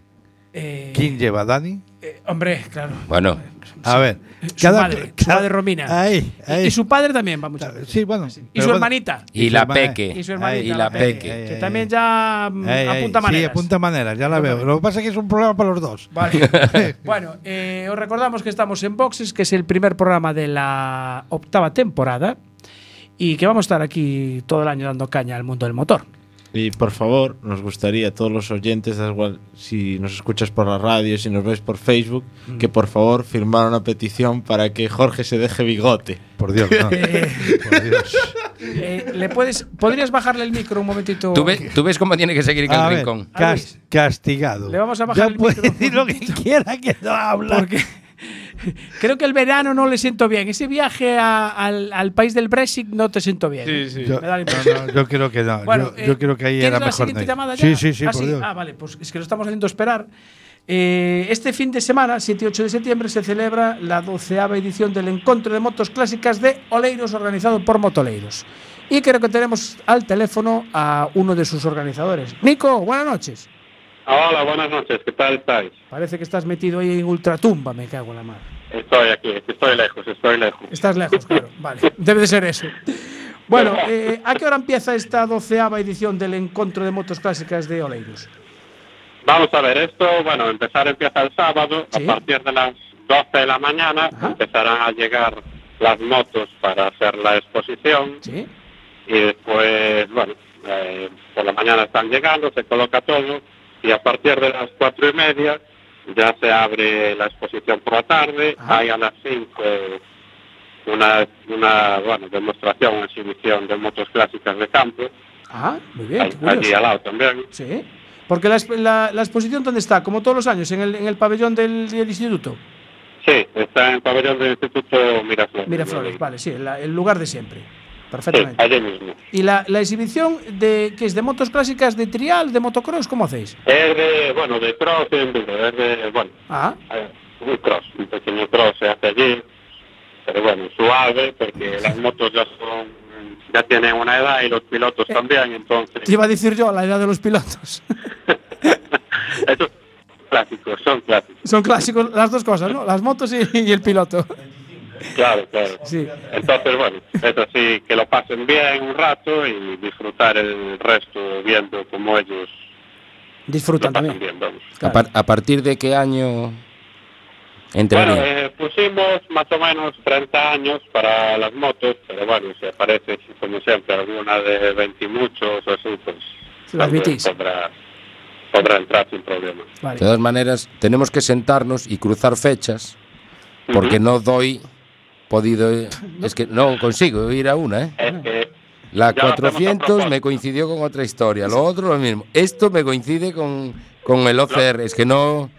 Speaker 1: Eh,
Speaker 5: ¿Quién lleva a Dani?
Speaker 1: eh, hombre, claro.
Speaker 4: Bueno,
Speaker 5: A ver.
Speaker 1: Su padre, su madre Romina.
Speaker 5: Ahí,
Speaker 1: Y-
Speaker 5: ahí.
Speaker 1: Y, su padre también va muchas veces.
Speaker 5: Sí, bueno.
Speaker 1: Y su hermanita.
Speaker 4: Y la Peque.
Speaker 1: Y su hermanita.
Speaker 4: Y la Peque.
Speaker 1: Que también ya mm, apunta
Speaker 5: Sí,
Speaker 1: maneras.
Speaker 5: apunta maneras, ya la veo. Lo que pasa es que es un problema para los dos.
Speaker 1: Vale. bueno, eh, os recordamos que estamos en Boxes, que es el primer programa de la octava temporada. Y que vamos a estar aquí todo el año dando caña al mundo del motor.
Speaker 3: Y por favor, nos gustaría a todos los oyentes, da igual si nos escuchas por la radio, si nos ves por Facebook, que por favor firmar una petición para que Jorge se deje bigote.
Speaker 5: Por Dios,
Speaker 1: Eh, ¿le puedes, ¿Podrías bajarle el micro un momentito?
Speaker 4: ¿tú ves, tú ves cómo tiene que seguir en
Speaker 5: A
Speaker 4: el
Speaker 5: ver,
Speaker 4: rincón.
Speaker 1: Ah,
Speaker 5: cas- castigado.
Speaker 1: Le vamos a bajar
Speaker 5: ya
Speaker 1: el
Speaker 5: puede
Speaker 1: micrófono.
Speaker 5: decir lo que quiera que no habla.
Speaker 1: Porque creo que el verano no le siento bien. Ese viaje a- al, al país del Brexit no te siento bien.
Speaker 5: Yo,
Speaker 1: Me da la
Speaker 5: no,
Speaker 1: impresión.
Speaker 5: no, yo creo que no.
Speaker 1: Bueno,
Speaker 5: yo, yo
Speaker 1: eh,
Speaker 5: creo que ahí
Speaker 1: ¿tienes
Speaker 5: era
Speaker 1: la
Speaker 5: mejor.
Speaker 1: siguiente
Speaker 5: no ir.
Speaker 1: llamada
Speaker 5: sí,
Speaker 1: ya?
Speaker 5: sí, sí,
Speaker 1: Ah,
Speaker 5: por Dios.
Speaker 1: Ah, vale, pues es que lo estamos haciendo esperar. Eh, este fin de semana, 7 y 8 de septiembre, se celebra la doceava edición del Encuentro de Motos Clásicas de Oleiros, organizado por Motoleiros. Y creo que tenemos al teléfono a uno de sus organizadores. Nico, buenas noches.
Speaker 13: Hola, buenas noches, ¿qué tal estáis?
Speaker 1: Parece que estás metido ahí en ultratumba, me cago en la mar.
Speaker 13: Estoy aquí, estoy lejos, estoy lejos.
Speaker 1: Estás lejos, claro. Vale, debe de ser eso. Bueno, eh, ¿a qué hora empieza esta doceava edición del Encuentro de Motos Clásicas de Oleiros?
Speaker 13: Vamos a ver esto, bueno, empezar empieza el sábado, a partir de las 12 de la mañana empezarán a llegar las motos para hacer la exposición y después, bueno, eh, por la mañana están llegando, se coloca todo y a partir de las cuatro y media ya se abre la exposición por la tarde, hay a las 5 una, una bueno, demostración, exhibición de motos clásicas de campo,
Speaker 1: Ah, muy bien, qué
Speaker 13: allí
Speaker 1: curioso.
Speaker 13: al lado también.
Speaker 1: Sí. Porque la, exp- la- la exposición, ¿dónde está? Como todos los años, en el, en el pabellón del, del instituto.
Speaker 13: Sí, está en el pabellón del Instituto Miraflores.
Speaker 1: Miraflores, vale, sí, la- el lugar de siempre.
Speaker 13: Sí,
Speaker 1: Perfectamente.
Speaker 13: allí mismo.
Speaker 1: ¿Y la, la exhibición de que es de motos clásicas, de trial, de motocross? ¿Cómo hacéis?
Speaker 13: Es de, bueno, de cross en duro, es de, bueno,
Speaker 1: Ah,
Speaker 13: eh, un cross, un pequeño cross se hace allí, pero bueno, suave, porque las motos ya son, ya tienen una edad y los pilotos también, entonces,
Speaker 1: te iba a decir yo, la edad de los pilotos.
Speaker 13: esos son clásicos, son clásicos,
Speaker 1: Son clásicos las dos cosas, ¿no? Las motos y- y el piloto.
Speaker 13: claro, claro.
Speaker 1: Sí.
Speaker 13: Entonces, bueno, es así, que lo pasen bien un rato y disfrutar el resto viendo como ellos
Speaker 1: Disfrutan
Speaker 13: también. vamos.
Speaker 4: A, par- a partir de qué año
Speaker 13: Bueno,
Speaker 4: entraría?
Speaker 13: eh, pusimos más o menos 30 años para las motos, pero bueno, si aparece, como siempre, alguna de 20 y muchos o así, pues
Speaker 4: Se las
Speaker 13: tal vez
Speaker 4: metís.
Speaker 13: podrá, podrá entrar sin problema.
Speaker 4: De todas maneras, tenemos que sentarnos y cruzar fechas, porque no doy podido. eh, Es que no consigo ir a una, ¿eh?
Speaker 13: Es que
Speaker 4: La
Speaker 13: Ya lo hacemos a
Speaker 4: 400 me
Speaker 13: propósito.
Speaker 4: coincidió con otra historia, lo otro lo mismo. Esto me coincide con, con el OCR, es que no...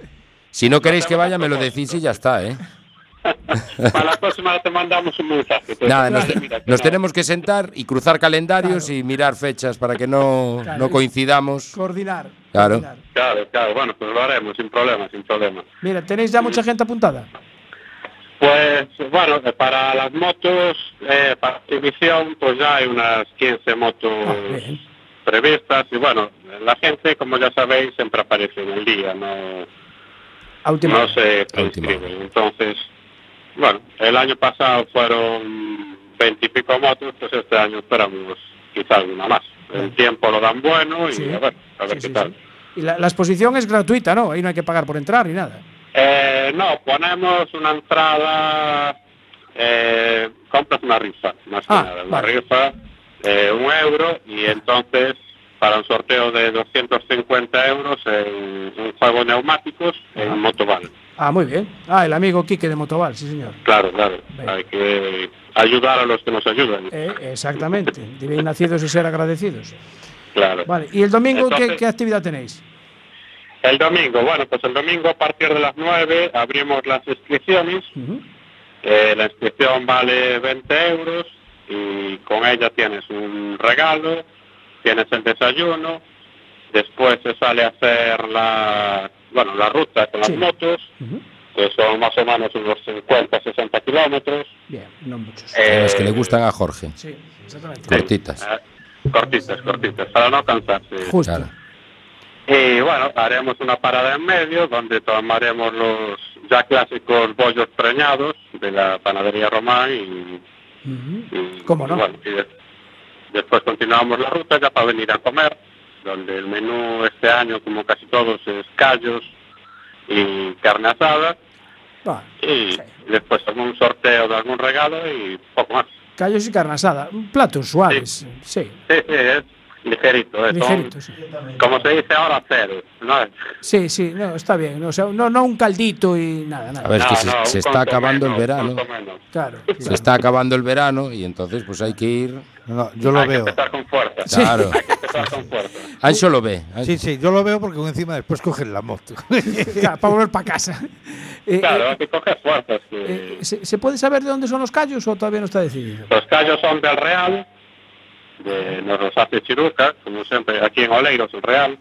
Speaker 4: Si no queréis que vaya, me lo decís y ya está, ¿eh?
Speaker 13: para la próxima te mandamos un mensaje. te-
Speaker 4: Nada, nos,
Speaker 13: Oye, mira, que
Speaker 4: nos
Speaker 13: no.
Speaker 4: tenemos que sentar y cruzar calendarios y mirar fechas para que no,
Speaker 1: Claro,
Speaker 4: no
Speaker 1: es-
Speaker 4: coincidamos.
Speaker 1: Coordinar.
Speaker 4: Claro.
Speaker 13: Claro, claro, bueno, pues lo haremos sin problema, sin problema.
Speaker 1: Mira, ¿tenéis ya mucha gente apuntada?
Speaker 13: Pues bueno, eh, para las motos, eh, para exhibición, pues ya hay unas 15 motos
Speaker 4: Ah,
Speaker 13: previstas y bueno, la gente, como ya sabéis, siempre aparece en el día, no
Speaker 1: A última
Speaker 13: no
Speaker 1: hora.
Speaker 13: se prescriben. Entonces, bueno, el año pasado fueron veintipico motos, pues este año esperamos quizá alguna más. El tiempo lo dan bueno y a ver, a ver qué tal.
Speaker 1: Y la, la exposición es gratuita, ¿no? Ahí no hay que pagar por entrar ni nada.
Speaker 13: Eh, no, ponemos una entrada, eh, compras una rifa, más
Speaker 1: Ah,
Speaker 13: que nada, una rifa, eh, un euro, y entonces para un sorteo de 250 euros en un juego de neumáticos en Motoval.
Speaker 1: Ah, muy bien. Ah, el amigo Quique de Motoval, sí, señor.
Speaker 13: Claro, claro, hay que ayudar a los que nos ayudan,
Speaker 1: Eh, exactamente. De bien nacidos y ser agradecidos.
Speaker 13: claro.
Speaker 1: Vale. ¿Y el domingo qué-
Speaker 13: Entonces-
Speaker 1: qué, actividad tenéis?
Speaker 13: El domingo, bueno, pues el domingo a partir de las 9 abrimos las inscripciones. Eh, la inscripción vale 20 euros y con ella tienes un regalo, tienes el desayuno, después se sale a hacer la, bueno, la ruta con las motos, que son más o menos unos 50, 60 kilómetros.
Speaker 1: Bien, no muchos.
Speaker 13: Eh,
Speaker 4: Las que le gustan a Jorge.
Speaker 1: Sí, exactamente.
Speaker 4: Cortitas.
Speaker 13: Eh, cortitas, cortitas, para no cansarse.
Speaker 1: Justo.
Speaker 13: Y bueno, haremos una parada en medio donde tomaremos los ya clásicos bollos preñados de la panadería Román y, y-
Speaker 1: ¿Cómo no?
Speaker 13: y bueno, y de- después continuamos la ruta ya para venir a comer, donde el menú este año, como casi todos, es callos y carne asada.
Speaker 1: Ah.
Speaker 13: y después algún sorteo de algún regalo y poco más.
Speaker 1: Callos y carne asada. Platos suaves. Sí.
Speaker 13: Sí, sí, es ligerito. eh, son-
Speaker 1: Ligerito, Eh,
Speaker 13: Como se dice ahora, cero. ¿no?
Speaker 1: Sí, sí, no, está bien. No, o sea, no, no un caldito y nada, nada.
Speaker 4: A ver, es que
Speaker 13: No,
Speaker 4: se,
Speaker 13: no,
Speaker 4: se
Speaker 13: un
Speaker 4: está
Speaker 13: cuanto
Speaker 4: acabando
Speaker 13: menos,
Speaker 4: el verano.
Speaker 13: cuanto menos.
Speaker 1: Claro.
Speaker 4: Se está acabando el verano y entonces pues hay que ir.
Speaker 5: yo lo Hay que veo. empezar
Speaker 13: con fuerza.
Speaker 4: Claro.
Speaker 13: Hay que empezar con fuerza.
Speaker 14: Ah,
Speaker 4: Ancho lo ve.
Speaker 5: Sí, sí, yo lo veo porque encima después cogen la moto.
Speaker 1: Claro, para volver para casa. Eh,
Speaker 13: Claro,
Speaker 1: eh,
Speaker 13: hay que coger fuerzas. que
Speaker 1: ¿se, se puede saber de dónde son los callos o todavía no está decidido?
Speaker 13: Los callos son del Real, de- nos los hace Chiruca, como siempre, aquí en Oleiros, el Real.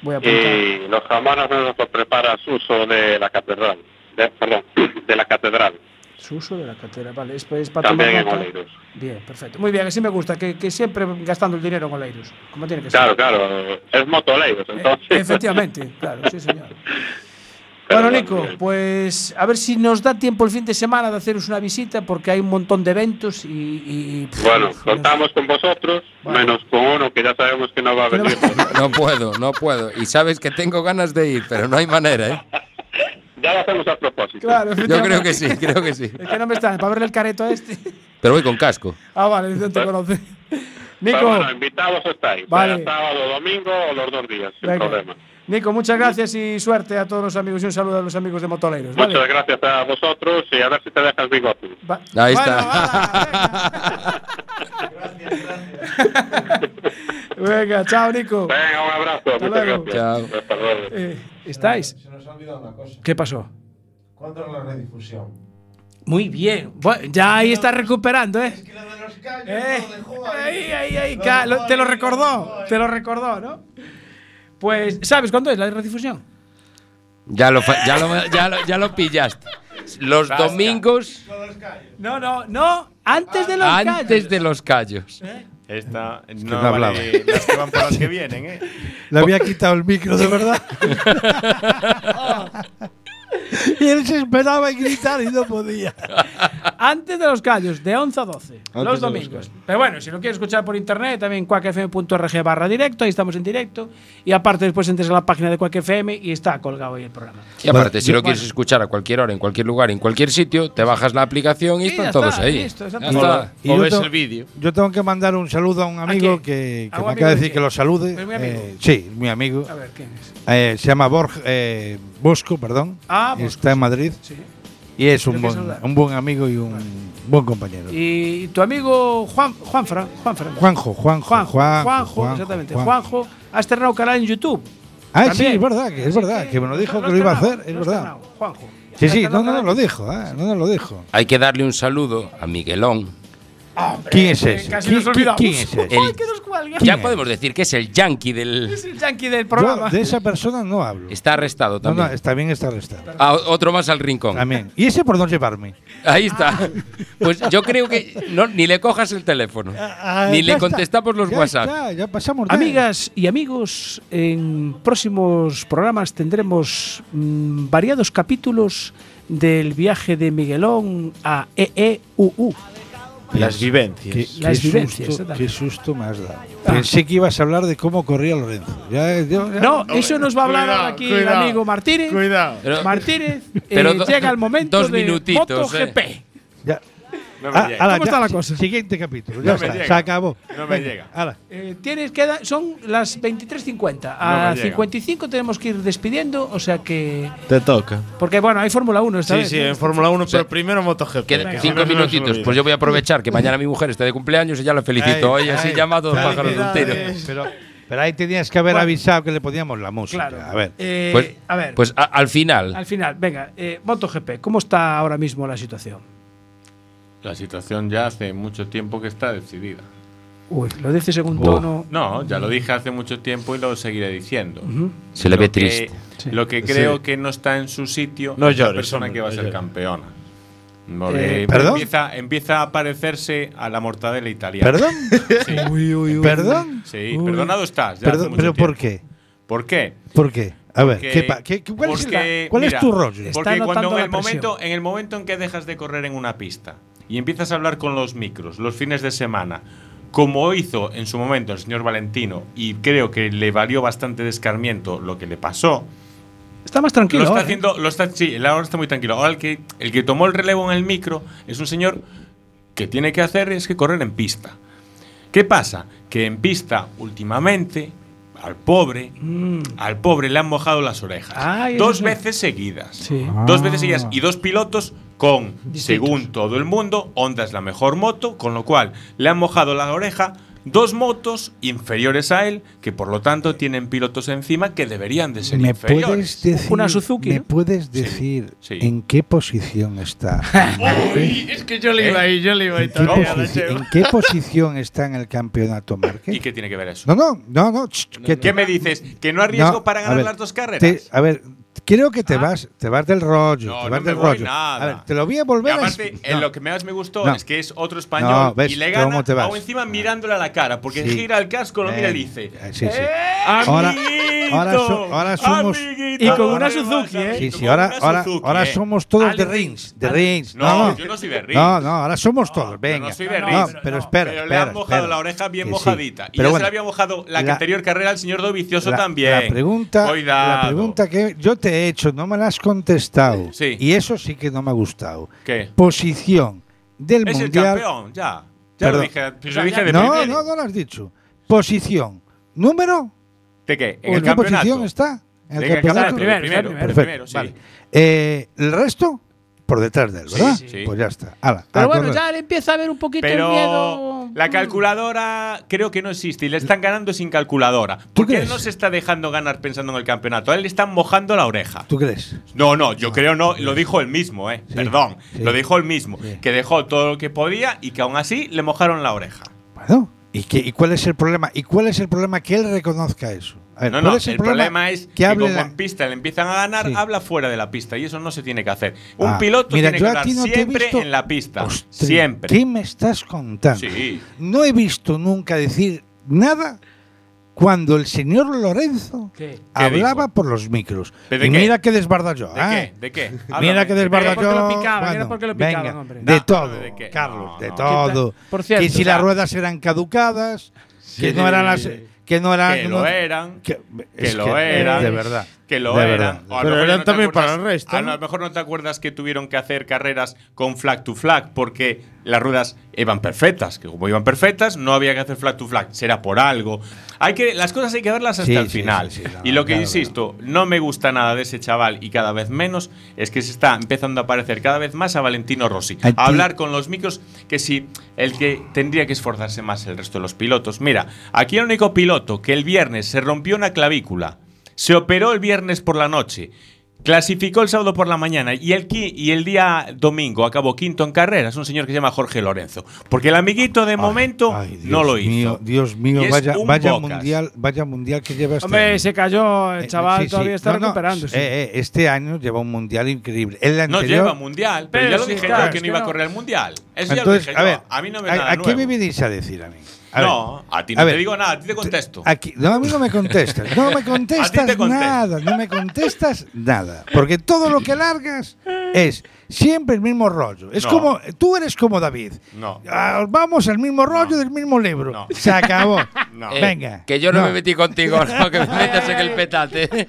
Speaker 1: Voy a apuntar.
Speaker 13: Y los jamones nos los prepara Suso de la Catedral. de- perdón, de la Catedral,
Speaker 1: Su uso de la cartera, vale. Es, es para
Speaker 13: también en
Speaker 1: tomar nota.
Speaker 13: Oleiros.
Speaker 1: Bien, perfecto. Muy bien, así me gusta, que, que siempre gastando el dinero con Leirus. Como tiene que ser.
Speaker 13: Claro, claro, es moto Oleiros, entonces.
Speaker 1: Eh, Efectivamente, claro, sí, señor. Bueno, Nico, pues a ver si nos da tiempo el fin de semana de haceros una visita, porque hay un montón de eventos y. y- pff,
Speaker 13: Bueno, contamos con vosotros, menos con uno que ya sabemos que no va a venir.
Speaker 4: No puedo, no puedo. Y sabes que tengo ganas de ir, pero no hay manera, ¿eh?
Speaker 13: Ya lo hacemos a propósito.
Speaker 1: Claro,
Speaker 4: Yo creo que sí, creo que sí.
Speaker 1: Es que no me está, para verle el careto a este.
Speaker 4: Pero voy con casco.
Speaker 1: Ah, vale, no te conoce.
Speaker 13: Pero
Speaker 1: Nico.
Speaker 13: bueno, invitados estáis.
Speaker 1: Vale.
Speaker 13: Sea sábado, domingo o los dos días, sin
Speaker 1: Venga.
Speaker 13: problema.
Speaker 1: Nico, muchas gracias y suerte a todos los amigos y un saludo a los amigos de Motoleiros. ¿vale?
Speaker 13: Muchas gracias a vosotros y a ver si te dejas bigote.
Speaker 1: Va-
Speaker 4: Ahí
Speaker 1: Bueno,
Speaker 4: está.
Speaker 1: Venga, chao, Nico.
Speaker 13: Venga, un abrazo.
Speaker 1: Hasta
Speaker 13: muchas
Speaker 1: luego.
Speaker 13: gracias. Pues, Hasta luego.
Speaker 1: Eh, ¿Estáis?
Speaker 3: Se nos ha olvidado una cosa.
Speaker 1: ¿Qué pasó?
Speaker 3: ¿Cuándo era la redifusión?
Speaker 1: Muy bien. Bueno, ya ahí está recuperando, ¿eh? Eh, ahí, ahí, ahí, ca- lo- te lo recordó, te lo recordó, ¿no? Pues, ¿sabes cuándo es la redifusión?
Speaker 4: Ya lo, fa- ya lo, ya lo, ya lo pillaste. Los
Speaker 1: Casca.
Speaker 4: domingos
Speaker 1: No, no, no, antes de los callos. ¿Eh?
Speaker 4: antes de los callos.
Speaker 14: Esta
Speaker 5: no
Speaker 14: no vale eh,
Speaker 5: hablaba.
Speaker 14: las que van por las que vienen, ¿eh?
Speaker 5: Le había quitado el micro, de verdad.
Speaker 1: Ah.
Speaker 5: y él se esperaba y gritar y no podía.
Speaker 1: Antes de los callos, de 11 a 12,
Speaker 5: de
Speaker 1: los
Speaker 5: los
Speaker 1: domingos. Pero bueno, si lo quieres escuchar por internet, también cuacfm.org barra directo, ahí estamos en directo. Y aparte después entras a la página de Quack FM y está colgado ahí el programa.
Speaker 4: Y aparte, si
Speaker 1: Yo-
Speaker 4: lo quieres escuchar a cualquier hora, en cualquier lugar, en cualquier sitio, te bajas la aplicación y
Speaker 1: Sí, ya
Speaker 4: están todos
Speaker 1: está,
Speaker 4: ahí.
Speaker 1: listo,
Speaker 4: Ya
Speaker 1: exacto.
Speaker 4: está.
Speaker 5: Y yo tengo- Yo tengo que mandar un saludo a un amigo que, que
Speaker 1: un
Speaker 5: me
Speaker 1: amigo
Speaker 5: acaba
Speaker 1: de
Speaker 5: de decir
Speaker 1: quién?
Speaker 5: que lo salude.
Speaker 1: ¿Es mi amigo?
Speaker 5: Eh, sí, mi amigo.
Speaker 1: A ver, ¿quién es?
Speaker 5: Eh, se llama Borg, eh, Bosco, perdón.
Speaker 1: Ah, Bosco,
Speaker 5: Está en Madrid. Y es un
Speaker 1: Tengo que
Speaker 5: buen,
Speaker 1: saludar.
Speaker 5: un buen amigo y un buen compañero.
Speaker 1: Y tu amigo Juan, Juanfra, Juanfra.
Speaker 5: Juanjo, Juanjo, Juanjo,
Speaker 1: Juanjo, Juanjo,
Speaker 5: Juanjo,
Speaker 1: exactamente.
Speaker 5: Juanjo.
Speaker 1: Juanjo, has estrenado canal en YouTube.
Speaker 5: Ah,
Speaker 1: También.
Speaker 5: sí, es verdad, que es
Speaker 1: Así
Speaker 5: verdad, que me lo dijo
Speaker 1: has
Speaker 5: que lo iba a
Speaker 1: estrenado,
Speaker 5: hacer, es
Speaker 1: lo has
Speaker 5: verdad.
Speaker 1: estrenado, Juanjo.
Speaker 5: Sí, sí, no, no, no lo dijo, ah, no, no lo dijo.
Speaker 4: Hay que darle un saludo a Miguelón,
Speaker 5: ¿Quién es ese?
Speaker 1: Casi
Speaker 5: ¿Qui-
Speaker 1: nos
Speaker 5: qui-
Speaker 1: olvidamos.
Speaker 5: quién es ese?
Speaker 1: Ay, que nos cuelga.
Speaker 4: Ya podemos decir que es el yankee del.
Speaker 1: Es el yankee del
Speaker 5: Yo
Speaker 1: programa.
Speaker 5: de esa persona no hablo.
Speaker 4: Está arrestado
Speaker 5: No,
Speaker 4: también.
Speaker 5: no, está bien, está arrestado.
Speaker 4: Ah, otro más al rincón.
Speaker 5: También. ¿Y ese por no llevarme?
Speaker 4: Ahí está.
Speaker 1: Ah.
Speaker 4: Pues yo creo que no, ni le cojas el teléfono,
Speaker 5: Ah,
Speaker 4: ni
Speaker 5: ya
Speaker 4: le
Speaker 5: está.
Speaker 4: contestamos los
Speaker 5: Ya
Speaker 4: WhatsApp.
Speaker 5: está, ya pasamos. de-
Speaker 1: Amigas y amigos, en próximos programas tendremos mm, variados capítulos del viaje de Miguelón a E EEUU.
Speaker 3: Las vivencias.
Speaker 5: Qué,
Speaker 1: Las
Speaker 5: qué
Speaker 1: vivencias, ¿eh? Ah.
Speaker 5: susto,
Speaker 1: exactamente.
Speaker 5: qué susto me has dado. Pensé que ibas a hablar de cómo corría Lorenzo. Ya- yo- ya-
Speaker 1: No, eso nos va a hablar
Speaker 14: Cuidado,
Speaker 1: ahora aquí el
Speaker 14: cuidado,
Speaker 1: amigo Martínez.
Speaker 14: cuidado.
Speaker 4: Pero-
Speaker 1: Martínez, eh,
Speaker 4: pero do-
Speaker 1: llega el momento
Speaker 4: dos
Speaker 1: de
Speaker 4: minutitos, eh.
Speaker 1: MotoGP.
Speaker 5: Ya.
Speaker 14: No
Speaker 5: Ah, ala,
Speaker 1: ¿Cómo
Speaker 5: ya,
Speaker 1: está la
Speaker 5: si-
Speaker 1: cosa?
Speaker 5: Siguiente Este capítulo.
Speaker 14: No
Speaker 5: Ya
Speaker 14: me
Speaker 5: está,
Speaker 14: llega.
Speaker 5: se acabó.
Speaker 14: No me
Speaker 5: Venga,
Speaker 14: llega.
Speaker 5: ala.
Speaker 1: Eh, tienes queda, son las 23.50. A
Speaker 14: No me llega.
Speaker 1: 55 tenemos que ir despidiendo, o sea que.
Speaker 3: Te toca.
Speaker 1: Porque bueno, hay Fórmula 1 esta
Speaker 3: Sí,
Speaker 1: vez.
Speaker 3: sí,
Speaker 1: ¿no?
Speaker 3: en Fórmula 1, pero primero MotoGP.
Speaker 4: Quedan
Speaker 3: que si
Speaker 4: cinco
Speaker 3: no se nos
Speaker 4: minutitos.
Speaker 3: olvida.
Speaker 4: Pues yo voy a aprovechar que mañana mi mujer está de cumpleaños y ya la felicito
Speaker 5: Ay,
Speaker 4: hoy, así
Speaker 5: ay,
Speaker 4: llama a dos pájaros de un tiro.
Speaker 5: felicidades. Pero, pero ahí tenías que haber
Speaker 1: Bueno.
Speaker 5: avisado que le poníamos la música.
Speaker 1: Claro.
Speaker 5: A ver.
Speaker 1: Eh,
Speaker 4: Pues,
Speaker 1: a ver,
Speaker 4: pues a- al final,
Speaker 1: al final, venga, eh, MotoGP, ¿cómo está ahora mismo la situación?
Speaker 6: La situación ya hace mucho tiempo que está decidida.
Speaker 1: Uy, lo dices en un
Speaker 4: Uf.
Speaker 1: tono.
Speaker 6: No, ya lo dije hace mucho tiempo y lo seguiré diciendo.
Speaker 1: Ujú.
Speaker 4: se le
Speaker 6: Lo
Speaker 4: ve
Speaker 6: que-
Speaker 4: triste.
Speaker 6: Lo que
Speaker 3: Sí.
Speaker 6: creo que no está en su sitio
Speaker 3: No
Speaker 6: es la
Speaker 3: llores,
Speaker 6: persona
Speaker 3: hombre,
Speaker 6: que va a
Speaker 3: no
Speaker 6: ser
Speaker 3: llores.
Speaker 6: campeona. No,
Speaker 1: Eh,
Speaker 6: eh,
Speaker 5: ¿perdón?
Speaker 6: Empieza, empieza a parecerse a la mortadela italiana.
Speaker 5: ¿Perdón?
Speaker 6: Sí,
Speaker 1: Uy, uy, uy.
Speaker 5: ¿Perdón?
Speaker 6: sí,
Speaker 5: Uy.
Speaker 6: perdonado estás. ya hace
Speaker 5: Perdón,
Speaker 6: mucho
Speaker 5: ¿Pero por
Speaker 6: tiempo.
Speaker 5: qué?
Speaker 6: ¿Por qué?
Speaker 5: ¿Por qué? A ver,
Speaker 6: Porque-
Speaker 5: ¿qué pa- qué- qué- ¿cuál, es, la-
Speaker 6: porque,
Speaker 5: cuál es
Speaker 6: mira,
Speaker 5: tu rollo?
Speaker 1: Está
Speaker 6: Porque
Speaker 1: notando
Speaker 6: cuando en
Speaker 1: la
Speaker 6: el,
Speaker 1: presión.
Speaker 6: momento, en el momento en que dejas de correr en una pista y empiezas a hablar con los micros los fines de semana, como hizo en su momento el señor Valentino, y creo que le valió bastante descarmiento lo que le pasó,
Speaker 1: Está más tranquilo.
Speaker 6: lo está
Speaker 1: ahora, ¿eh?
Speaker 6: haciendo, lo está, sí, él ahora está muy tranquilo. Ahora el que, el que tomó el relevo en el micro es un señor que tiene que hacer es que correr en pista. ¿Qué pasa? Que en pista últimamente al pobre,
Speaker 1: Mm,
Speaker 6: al pobre le han mojado las orejas.
Speaker 1: Ay,
Speaker 6: dos
Speaker 1: eso sí.
Speaker 6: veces seguidas.
Speaker 1: sí.
Speaker 5: Ah.
Speaker 6: Dos veces seguidas y dos pilotos con,
Speaker 1: Distintos.
Speaker 6: según todo el mundo, Honda es la mejor moto, con lo cual le han mojado la oreja dos motos inferiores a él, que por lo tanto tienen pilotos encima que deberían de ser
Speaker 5: ¿Me
Speaker 6: inferiores.
Speaker 5: puedes decir,
Speaker 1: Una Suzuki,
Speaker 5: ¿me
Speaker 1: ¿no?
Speaker 5: puedes decir
Speaker 6: sí.
Speaker 5: en qué posición está?
Speaker 14: Uy, es que yo le iba ahí, yo le iba ahí
Speaker 5: ¿En qué,
Speaker 14: todavía.
Speaker 5: posi-
Speaker 14: Nacho.
Speaker 5: en qué posición está en el campeonato Márquez?
Speaker 6: ¿Y qué tiene que ver eso?
Speaker 5: No, no, no, no. ch, que
Speaker 6: ¿Qué
Speaker 5: te-
Speaker 6: me dices? ¿Que no arriesgo
Speaker 5: No,
Speaker 6: para
Speaker 5: a
Speaker 6: ganar
Speaker 5: ver,
Speaker 6: las dos carreras? Ah.
Speaker 5: te- a ver, creo que te vas, te vas del rollo,
Speaker 6: No,
Speaker 5: te vas
Speaker 6: no me
Speaker 5: del
Speaker 6: voy
Speaker 5: rollo.
Speaker 6: nada.
Speaker 5: A ver, te lo voy a
Speaker 6: Y
Speaker 5: volver a
Speaker 6: aparte,
Speaker 5: expli-
Speaker 6: eh,
Speaker 5: no.
Speaker 6: lo que más me gustó
Speaker 5: No.
Speaker 6: es que es otro español
Speaker 5: No, ves,
Speaker 6: y le gana
Speaker 5: ¿cómo te vas?
Speaker 6: aún encima mirándole a la cara, porque
Speaker 5: Sí.
Speaker 6: gira el casco, lo mira y le dice.
Speaker 5: Eh, sí, sí. Ahora-
Speaker 6: Ahora,
Speaker 5: ahora so- ahora somos-
Speaker 1: Y con una Suzuki, ¿eh?
Speaker 5: Sí, sí, ahora, ahora, ahora somos todos de
Speaker 1: Ale-
Speaker 5: rings, de rings.
Speaker 6: ¿eh? No,
Speaker 5: eh. No,
Speaker 6: yo no soy de Rins.
Speaker 5: no, no, ahora somos todos,
Speaker 6: yo no
Speaker 5: venga.
Speaker 6: soy de
Speaker 5: No,
Speaker 6: Rins.
Speaker 5: pero espera,
Speaker 6: Pero le
Speaker 5: espera,
Speaker 6: han mojado
Speaker 5: espera.
Speaker 6: la oreja bien
Speaker 5: Que sí.
Speaker 6: mojadita. Y ya
Speaker 5: Pero
Speaker 6: se
Speaker 5: bueno,
Speaker 6: le había mojado la,
Speaker 5: la-
Speaker 6: anterior carrera al señor Dovicioso
Speaker 5: la-
Speaker 6: también.
Speaker 5: La pregunta,
Speaker 6: Cuidado.
Speaker 5: la pregunta que yo te he hecho, no me la has contestado.
Speaker 6: Sí.
Speaker 5: Y eso sí que no me ha gustado.
Speaker 6: ¿Qué?
Speaker 5: Posición del
Speaker 6: Es el
Speaker 5: mundial.
Speaker 6: campeón, ya. Ya lo
Speaker 5: Perdón.
Speaker 6: dije, pues lo dije de
Speaker 5: no,
Speaker 6: primero.
Speaker 5: no, no lo has dicho. Posición, número,
Speaker 6: ¿De qué?
Speaker 5: ¿o
Speaker 6: ¿En el
Speaker 5: ¿en qué posición
Speaker 6: campeonato?
Speaker 5: está? En
Speaker 6: De
Speaker 5: el
Speaker 6: que
Speaker 5: campeonato.
Speaker 6: está de
Speaker 1: Primero,
Speaker 6: primero, de
Speaker 5: Perfecto,
Speaker 6: primero, sí.
Speaker 5: vale. Eh, el resto, por detrás de él,
Speaker 6: Sí,
Speaker 5: ¿verdad?
Speaker 6: sí.
Speaker 5: Pues ya está. Ala,
Speaker 1: Pero
Speaker 5: a
Speaker 1: bueno,
Speaker 5: correr.
Speaker 1: ya le empieza a haber un poquito el
Speaker 6: Pero
Speaker 1: miedo.
Speaker 6: la calculadora creo que no existe y le están ganando sin calculadora. Porque él
Speaker 5: crees?
Speaker 6: no se está dejando ganar pensando en el campeonato. A él le están mojando la oreja.
Speaker 5: ¿Tú crees?
Speaker 6: No, no, yo creo no. Lo dijo él mismo, ¿eh?
Speaker 5: Ah, Sí,
Speaker 6: Perdón.
Speaker 5: sí.
Speaker 6: Lo dijo él mismo.
Speaker 5: Sí.
Speaker 6: Que dejó todo lo que podía y que aún así le mojaron la oreja.
Speaker 5: Bueno, ¿y, qué, ¿y cuál es el problema? ¿Y cuál es el problema que él reconozca eso? A ver,
Speaker 6: No,
Speaker 5: ¿cuál
Speaker 6: no, el, problema es que,
Speaker 5: hable
Speaker 6: como
Speaker 5: la-
Speaker 6: en pista le empiezan a ganar,
Speaker 5: Sí.
Speaker 6: habla fuera de la pista y eso no se tiene que hacer. Un
Speaker 5: Ah,
Speaker 6: piloto
Speaker 5: mira,
Speaker 6: tiene
Speaker 5: yo
Speaker 6: que
Speaker 5: a
Speaker 6: hablar
Speaker 5: ti no te he
Speaker 6: siempre
Speaker 5: visto-
Speaker 6: en la pista.
Speaker 5: Ostras,
Speaker 6: siempre.
Speaker 5: ¿Qué me estás contando?
Speaker 6: Sí.
Speaker 5: No he visto nunca decir nada cuando el señor Lorenzo
Speaker 1: ¿Qué?
Speaker 5: hablaba
Speaker 6: dijo?
Speaker 5: por los micros.
Speaker 6: ¿Pero de
Speaker 5: Y
Speaker 6: qué?
Speaker 5: mira que desbarda yo.
Speaker 6: ¿De
Speaker 5: ¿eh?
Speaker 6: qué? ¿De qué?
Speaker 5: Mira
Speaker 6: Háblame.
Speaker 5: que
Speaker 6: ¿De qué?
Speaker 5: desbarda
Speaker 1: porque lo
Speaker 5: yo.
Speaker 1: picaban,
Speaker 5: bueno,
Speaker 1: era porque lo picaban,
Speaker 5: venga,
Speaker 1: hombre.
Speaker 5: De
Speaker 6: No,
Speaker 5: todo,
Speaker 6: ¿de qué?
Speaker 5: Carlos,
Speaker 6: No,
Speaker 5: de
Speaker 6: no.
Speaker 5: todo.
Speaker 1: Por cierto,
Speaker 5: que si
Speaker 1: o sea-
Speaker 5: las ruedas eran caducadas, que no eran las. Que no eran.
Speaker 6: Que
Speaker 5: no-
Speaker 6: lo eran.
Speaker 5: que-
Speaker 6: que
Speaker 5: es
Speaker 6: lo
Speaker 5: que, eh,
Speaker 6: eran.
Speaker 5: De verdad.
Speaker 6: Que lo
Speaker 5: de
Speaker 6: eran.
Speaker 5: verdad.
Speaker 6: O a lo
Speaker 3: Pero
Speaker 6: mejor
Speaker 3: eran
Speaker 6: te
Speaker 3: también
Speaker 6: acuerdas-
Speaker 3: para el resto,
Speaker 6: A
Speaker 3: ¿no?
Speaker 6: lo mejor no te acuerdas que tuvieron que hacer carreras con flag to flag porque las ruedas iban perfectas. Que como iban perfectas, no había que hacer flag to flag. Será por algo. Hay que, las cosas hay que verlas hasta
Speaker 5: Sí,
Speaker 6: el
Speaker 5: sí,
Speaker 6: final.
Speaker 5: sí, sí, no,
Speaker 6: y lo que
Speaker 5: claro,
Speaker 6: insisto, no me gusta nada de ese chaval y cada vez menos es que se está empezando a parecer cada vez más a Valentino Rossi.
Speaker 5: A ti-
Speaker 6: A hablar con los micros que si el que tendría que esforzarse más el resto de los pilotos. Mira, aquí el único piloto que el viernes se rompió una clavícula, se operó el viernes por la noche Clasificó el sábado por la mañana y el, qui- y el día domingo acabó quinto en carreras, un señor que se llama Jorge Lorenzo. Porque el amiguito de momento no
Speaker 5: Dios
Speaker 6: lo hizo.
Speaker 5: mío, Dios mío,
Speaker 6: Y es
Speaker 5: vaya,
Speaker 6: un
Speaker 5: vaya
Speaker 6: bocas.
Speaker 5: mundial, vaya mundial que lleva este
Speaker 1: Hombre,
Speaker 5: año. Eh,
Speaker 1: se cayó el chaval,
Speaker 5: Sí, sí.
Speaker 1: todavía está
Speaker 5: No, no,
Speaker 1: recuperándose.
Speaker 5: eh, eh, este año lleva un mundial increíble. El
Speaker 6: No
Speaker 5: anterior-
Speaker 6: lleva mundial, pero, ya lo dije yo que no iba a correr el mundial. Eso ya
Speaker 5: Entonces,
Speaker 6: lo dije
Speaker 5: a
Speaker 6: yo.
Speaker 5: ver,
Speaker 6: a mí no me
Speaker 5: ¿a-
Speaker 6: da nada
Speaker 5: ¿a qué
Speaker 6: nuevo.
Speaker 5: me venís a decir a mí? A
Speaker 6: no,
Speaker 5: ver,
Speaker 6: a ti no
Speaker 5: a
Speaker 6: te
Speaker 5: ver,
Speaker 6: digo nada, a ti te contesto.
Speaker 5: Aquí, no, a mí no me contestas. No me
Speaker 6: A ti te
Speaker 5: contestas
Speaker 6: contesto.
Speaker 5: nada. No me contestas nada. Porque todo lo que largas es siempre el mismo rollo. Es
Speaker 6: No.
Speaker 5: como. Tú eres como David.
Speaker 6: No.
Speaker 5: Ah, Vamos al mismo rollo del mismo libro. Se acabó.
Speaker 4: Eh,
Speaker 5: Venga.
Speaker 4: que yo no,
Speaker 5: No.
Speaker 4: me metí contigo, no, que me metas en el petate.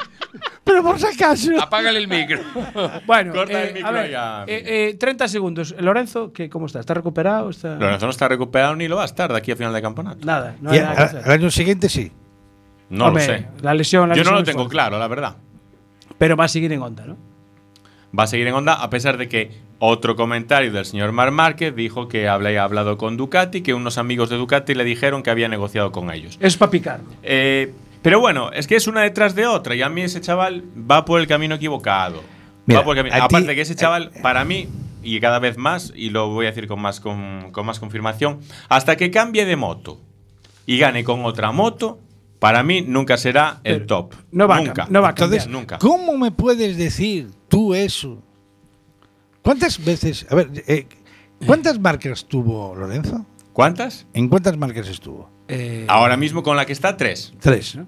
Speaker 5: Pero por si acaso.
Speaker 4: Apágale el micro.
Speaker 1: Bueno,
Speaker 4: Corta el
Speaker 1: eh,
Speaker 4: micro
Speaker 1: a ver,
Speaker 4: ya.
Speaker 1: eh, eh, 30 segundos. Lorenzo, que ¿cómo está? ¿Está recuperado? ¿Está...
Speaker 6: Lorenzo no está recuperado ni lo va a estar de aquí a final de campeonato.
Speaker 1: Nada, no
Speaker 5: Y
Speaker 1: hay nada que
Speaker 5: al,
Speaker 1: hacer.
Speaker 5: al año siguiente sí.
Speaker 6: No
Speaker 1: Hombre,
Speaker 6: lo sé.
Speaker 1: la lesión- la
Speaker 6: Yo no
Speaker 1: lesión
Speaker 6: lo
Speaker 1: es
Speaker 6: tengo
Speaker 1: fuerte.
Speaker 6: claro, la verdad.
Speaker 1: Pero va a seguir en onda, ¿no?
Speaker 6: Va a seguir en onda, a pesar de que otro comentario del señor Mar Márquez dijo que había hablado con Ducati, que unos amigos de Ducati le dijeron que había negociado con ellos.
Speaker 1: Es para picar.
Speaker 6: Eh, pero bueno, es que es una detrás de otra y a mí ese chaval va por el camino equivocado.
Speaker 5: Mira,
Speaker 6: va por el camino-
Speaker 5: a ti- eh,
Speaker 6: Aparte que ese chaval, para mí, y cada vez más, y lo voy a decir con más, con, con más confirmación, hasta que cambie de moto y gane con otra moto, para mí nunca será el top.
Speaker 1: no va a
Speaker 6: nunca.
Speaker 1: cam- no va a
Speaker 5: Entonces,
Speaker 6: nunca.
Speaker 5: ¿cómo me puedes decir tú eso? ¿Cuántas veces, a ver, eh, cuántas marcas tuvo Lorenzo?
Speaker 6: ¿Cuántas?
Speaker 5: ¿En cuántas marcas estuvo?
Speaker 1: Eh,
Speaker 6: Ahora mismo con la que está, tres.
Speaker 5: Tres.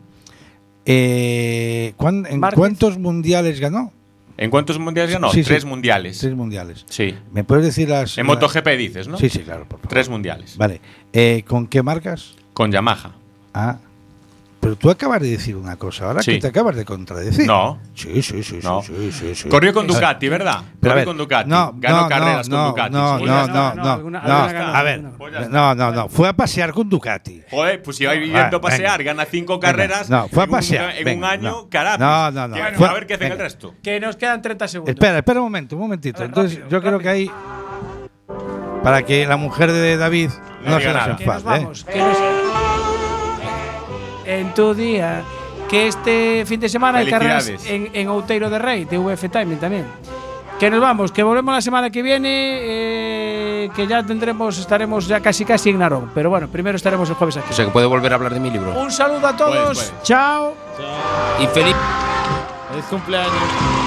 Speaker 5: Eh, ¿cuán- ¿En
Speaker 6: Marcas.
Speaker 5: cuántos mundiales ganó?
Speaker 6: ¿En cuántos mundiales ganó?
Speaker 5: Sí, sí.
Speaker 6: tres mundiales.
Speaker 5: Tres mundiales.
Speaker 6: Sí.
Speaker 5: ¿Me puedes decir las?
Speaker 6: En
Speaker 5: las-
Speaker 6: MotoGP dices, ¿no?
Speaker 5: Sí, sí, claro. por favor.
Speaker 6: Tres mundiales.
Speaker 5: Vale. Eh, ¿Con qué marcas?
Speaker 6: Con Yamaha.
Speaker 5: Ah. Pero tú acabas de decir una cosa ahora
Speaker 6: Sí.
Speaker 5: que te acabas de contradecir.
Speaker 6: No.
Speaker 5: Sí, sí, sí,
Speaker 6: No.
Speaker 5: sí, sí, sí.
Speaker 6: Corrió con
Speaker 5: A ver.
Speaker 6: Ducati, ¿verdad?
Speaker 5: Pero a
Speaker 6: Corrió
Speaker 5: ver,
Speaker 6: con Ducati.
Speaker 5: No,
Speaker 6: ganó
Speaker 5: no,
Speaker 6: carreras
Speaker 5: no,
Speaker 6: con
Speaker 5: no,
Speaker 6: Ducati.
Speaker 5: No,
Speaker 6: Pues
Speaker 5: no,
Speaker 6: ya está.
Speaker 5: no, no.
Speaker 6: Alguna-
Speaker 5: no.
Speaker 6: alguna ganó,
Speaker 5: a ver,
Speaker 6: alguna. Pues ya está.
Speaker 5: no, no, no. Fue a pasear con Ducati.
Speaker 6: Joder, pues si va yendo
Speaker 5: Vale,
Speaker 6: a pasear, gana cinco carreras.
Speaker 5: No, fue a
Speaker 6: en un-
Speaker 5: pasear.
Speaker 6: En un
Speaker 5: Venga,
Speaker 6: año,
Speaker 5: no.
Speaker 6: carapes.
Speaker 5: No, no, no.
Speaker 6: Bueno,
Speaker 5: Fue-
Speaker 6: a ver qué hacen el
Speaker 5: venga.
Speaker 6: resto.
Speaker 1: Que nos quedan 30 segundos.
Speaker 5: Espera, espera un momento, un momentito. Entonces, yo creo que ahí. Para que la mujer de David
Speaker 1: No
Speaker 5: no, se nos
Speaker 1: diga nada. Que nos
Speaker 5: enfade. ¿eh?
Speaker 1: vamos, que nos- En tu día. Que este fin de semana hay carreras
Speaker 6: Felicidades.
Speaker 1: en, en Outeiro de Rey, de VF Timing también. Que nos vamos, que volvemos la semana que viene, eh, que ya tendremos, estaremos ya casi casi en Narón. Pero bueno, primero estaremos el jueves aquí.
Speaker 15: O sea que puede volver a hablar de mi libro.
Speaker 1: Un saludo a todos.
Speaker 15: Puedes,
Speaker 1: Chao.
Speaker 15: Y feliz.
Speaker 3: Es cumpleaños.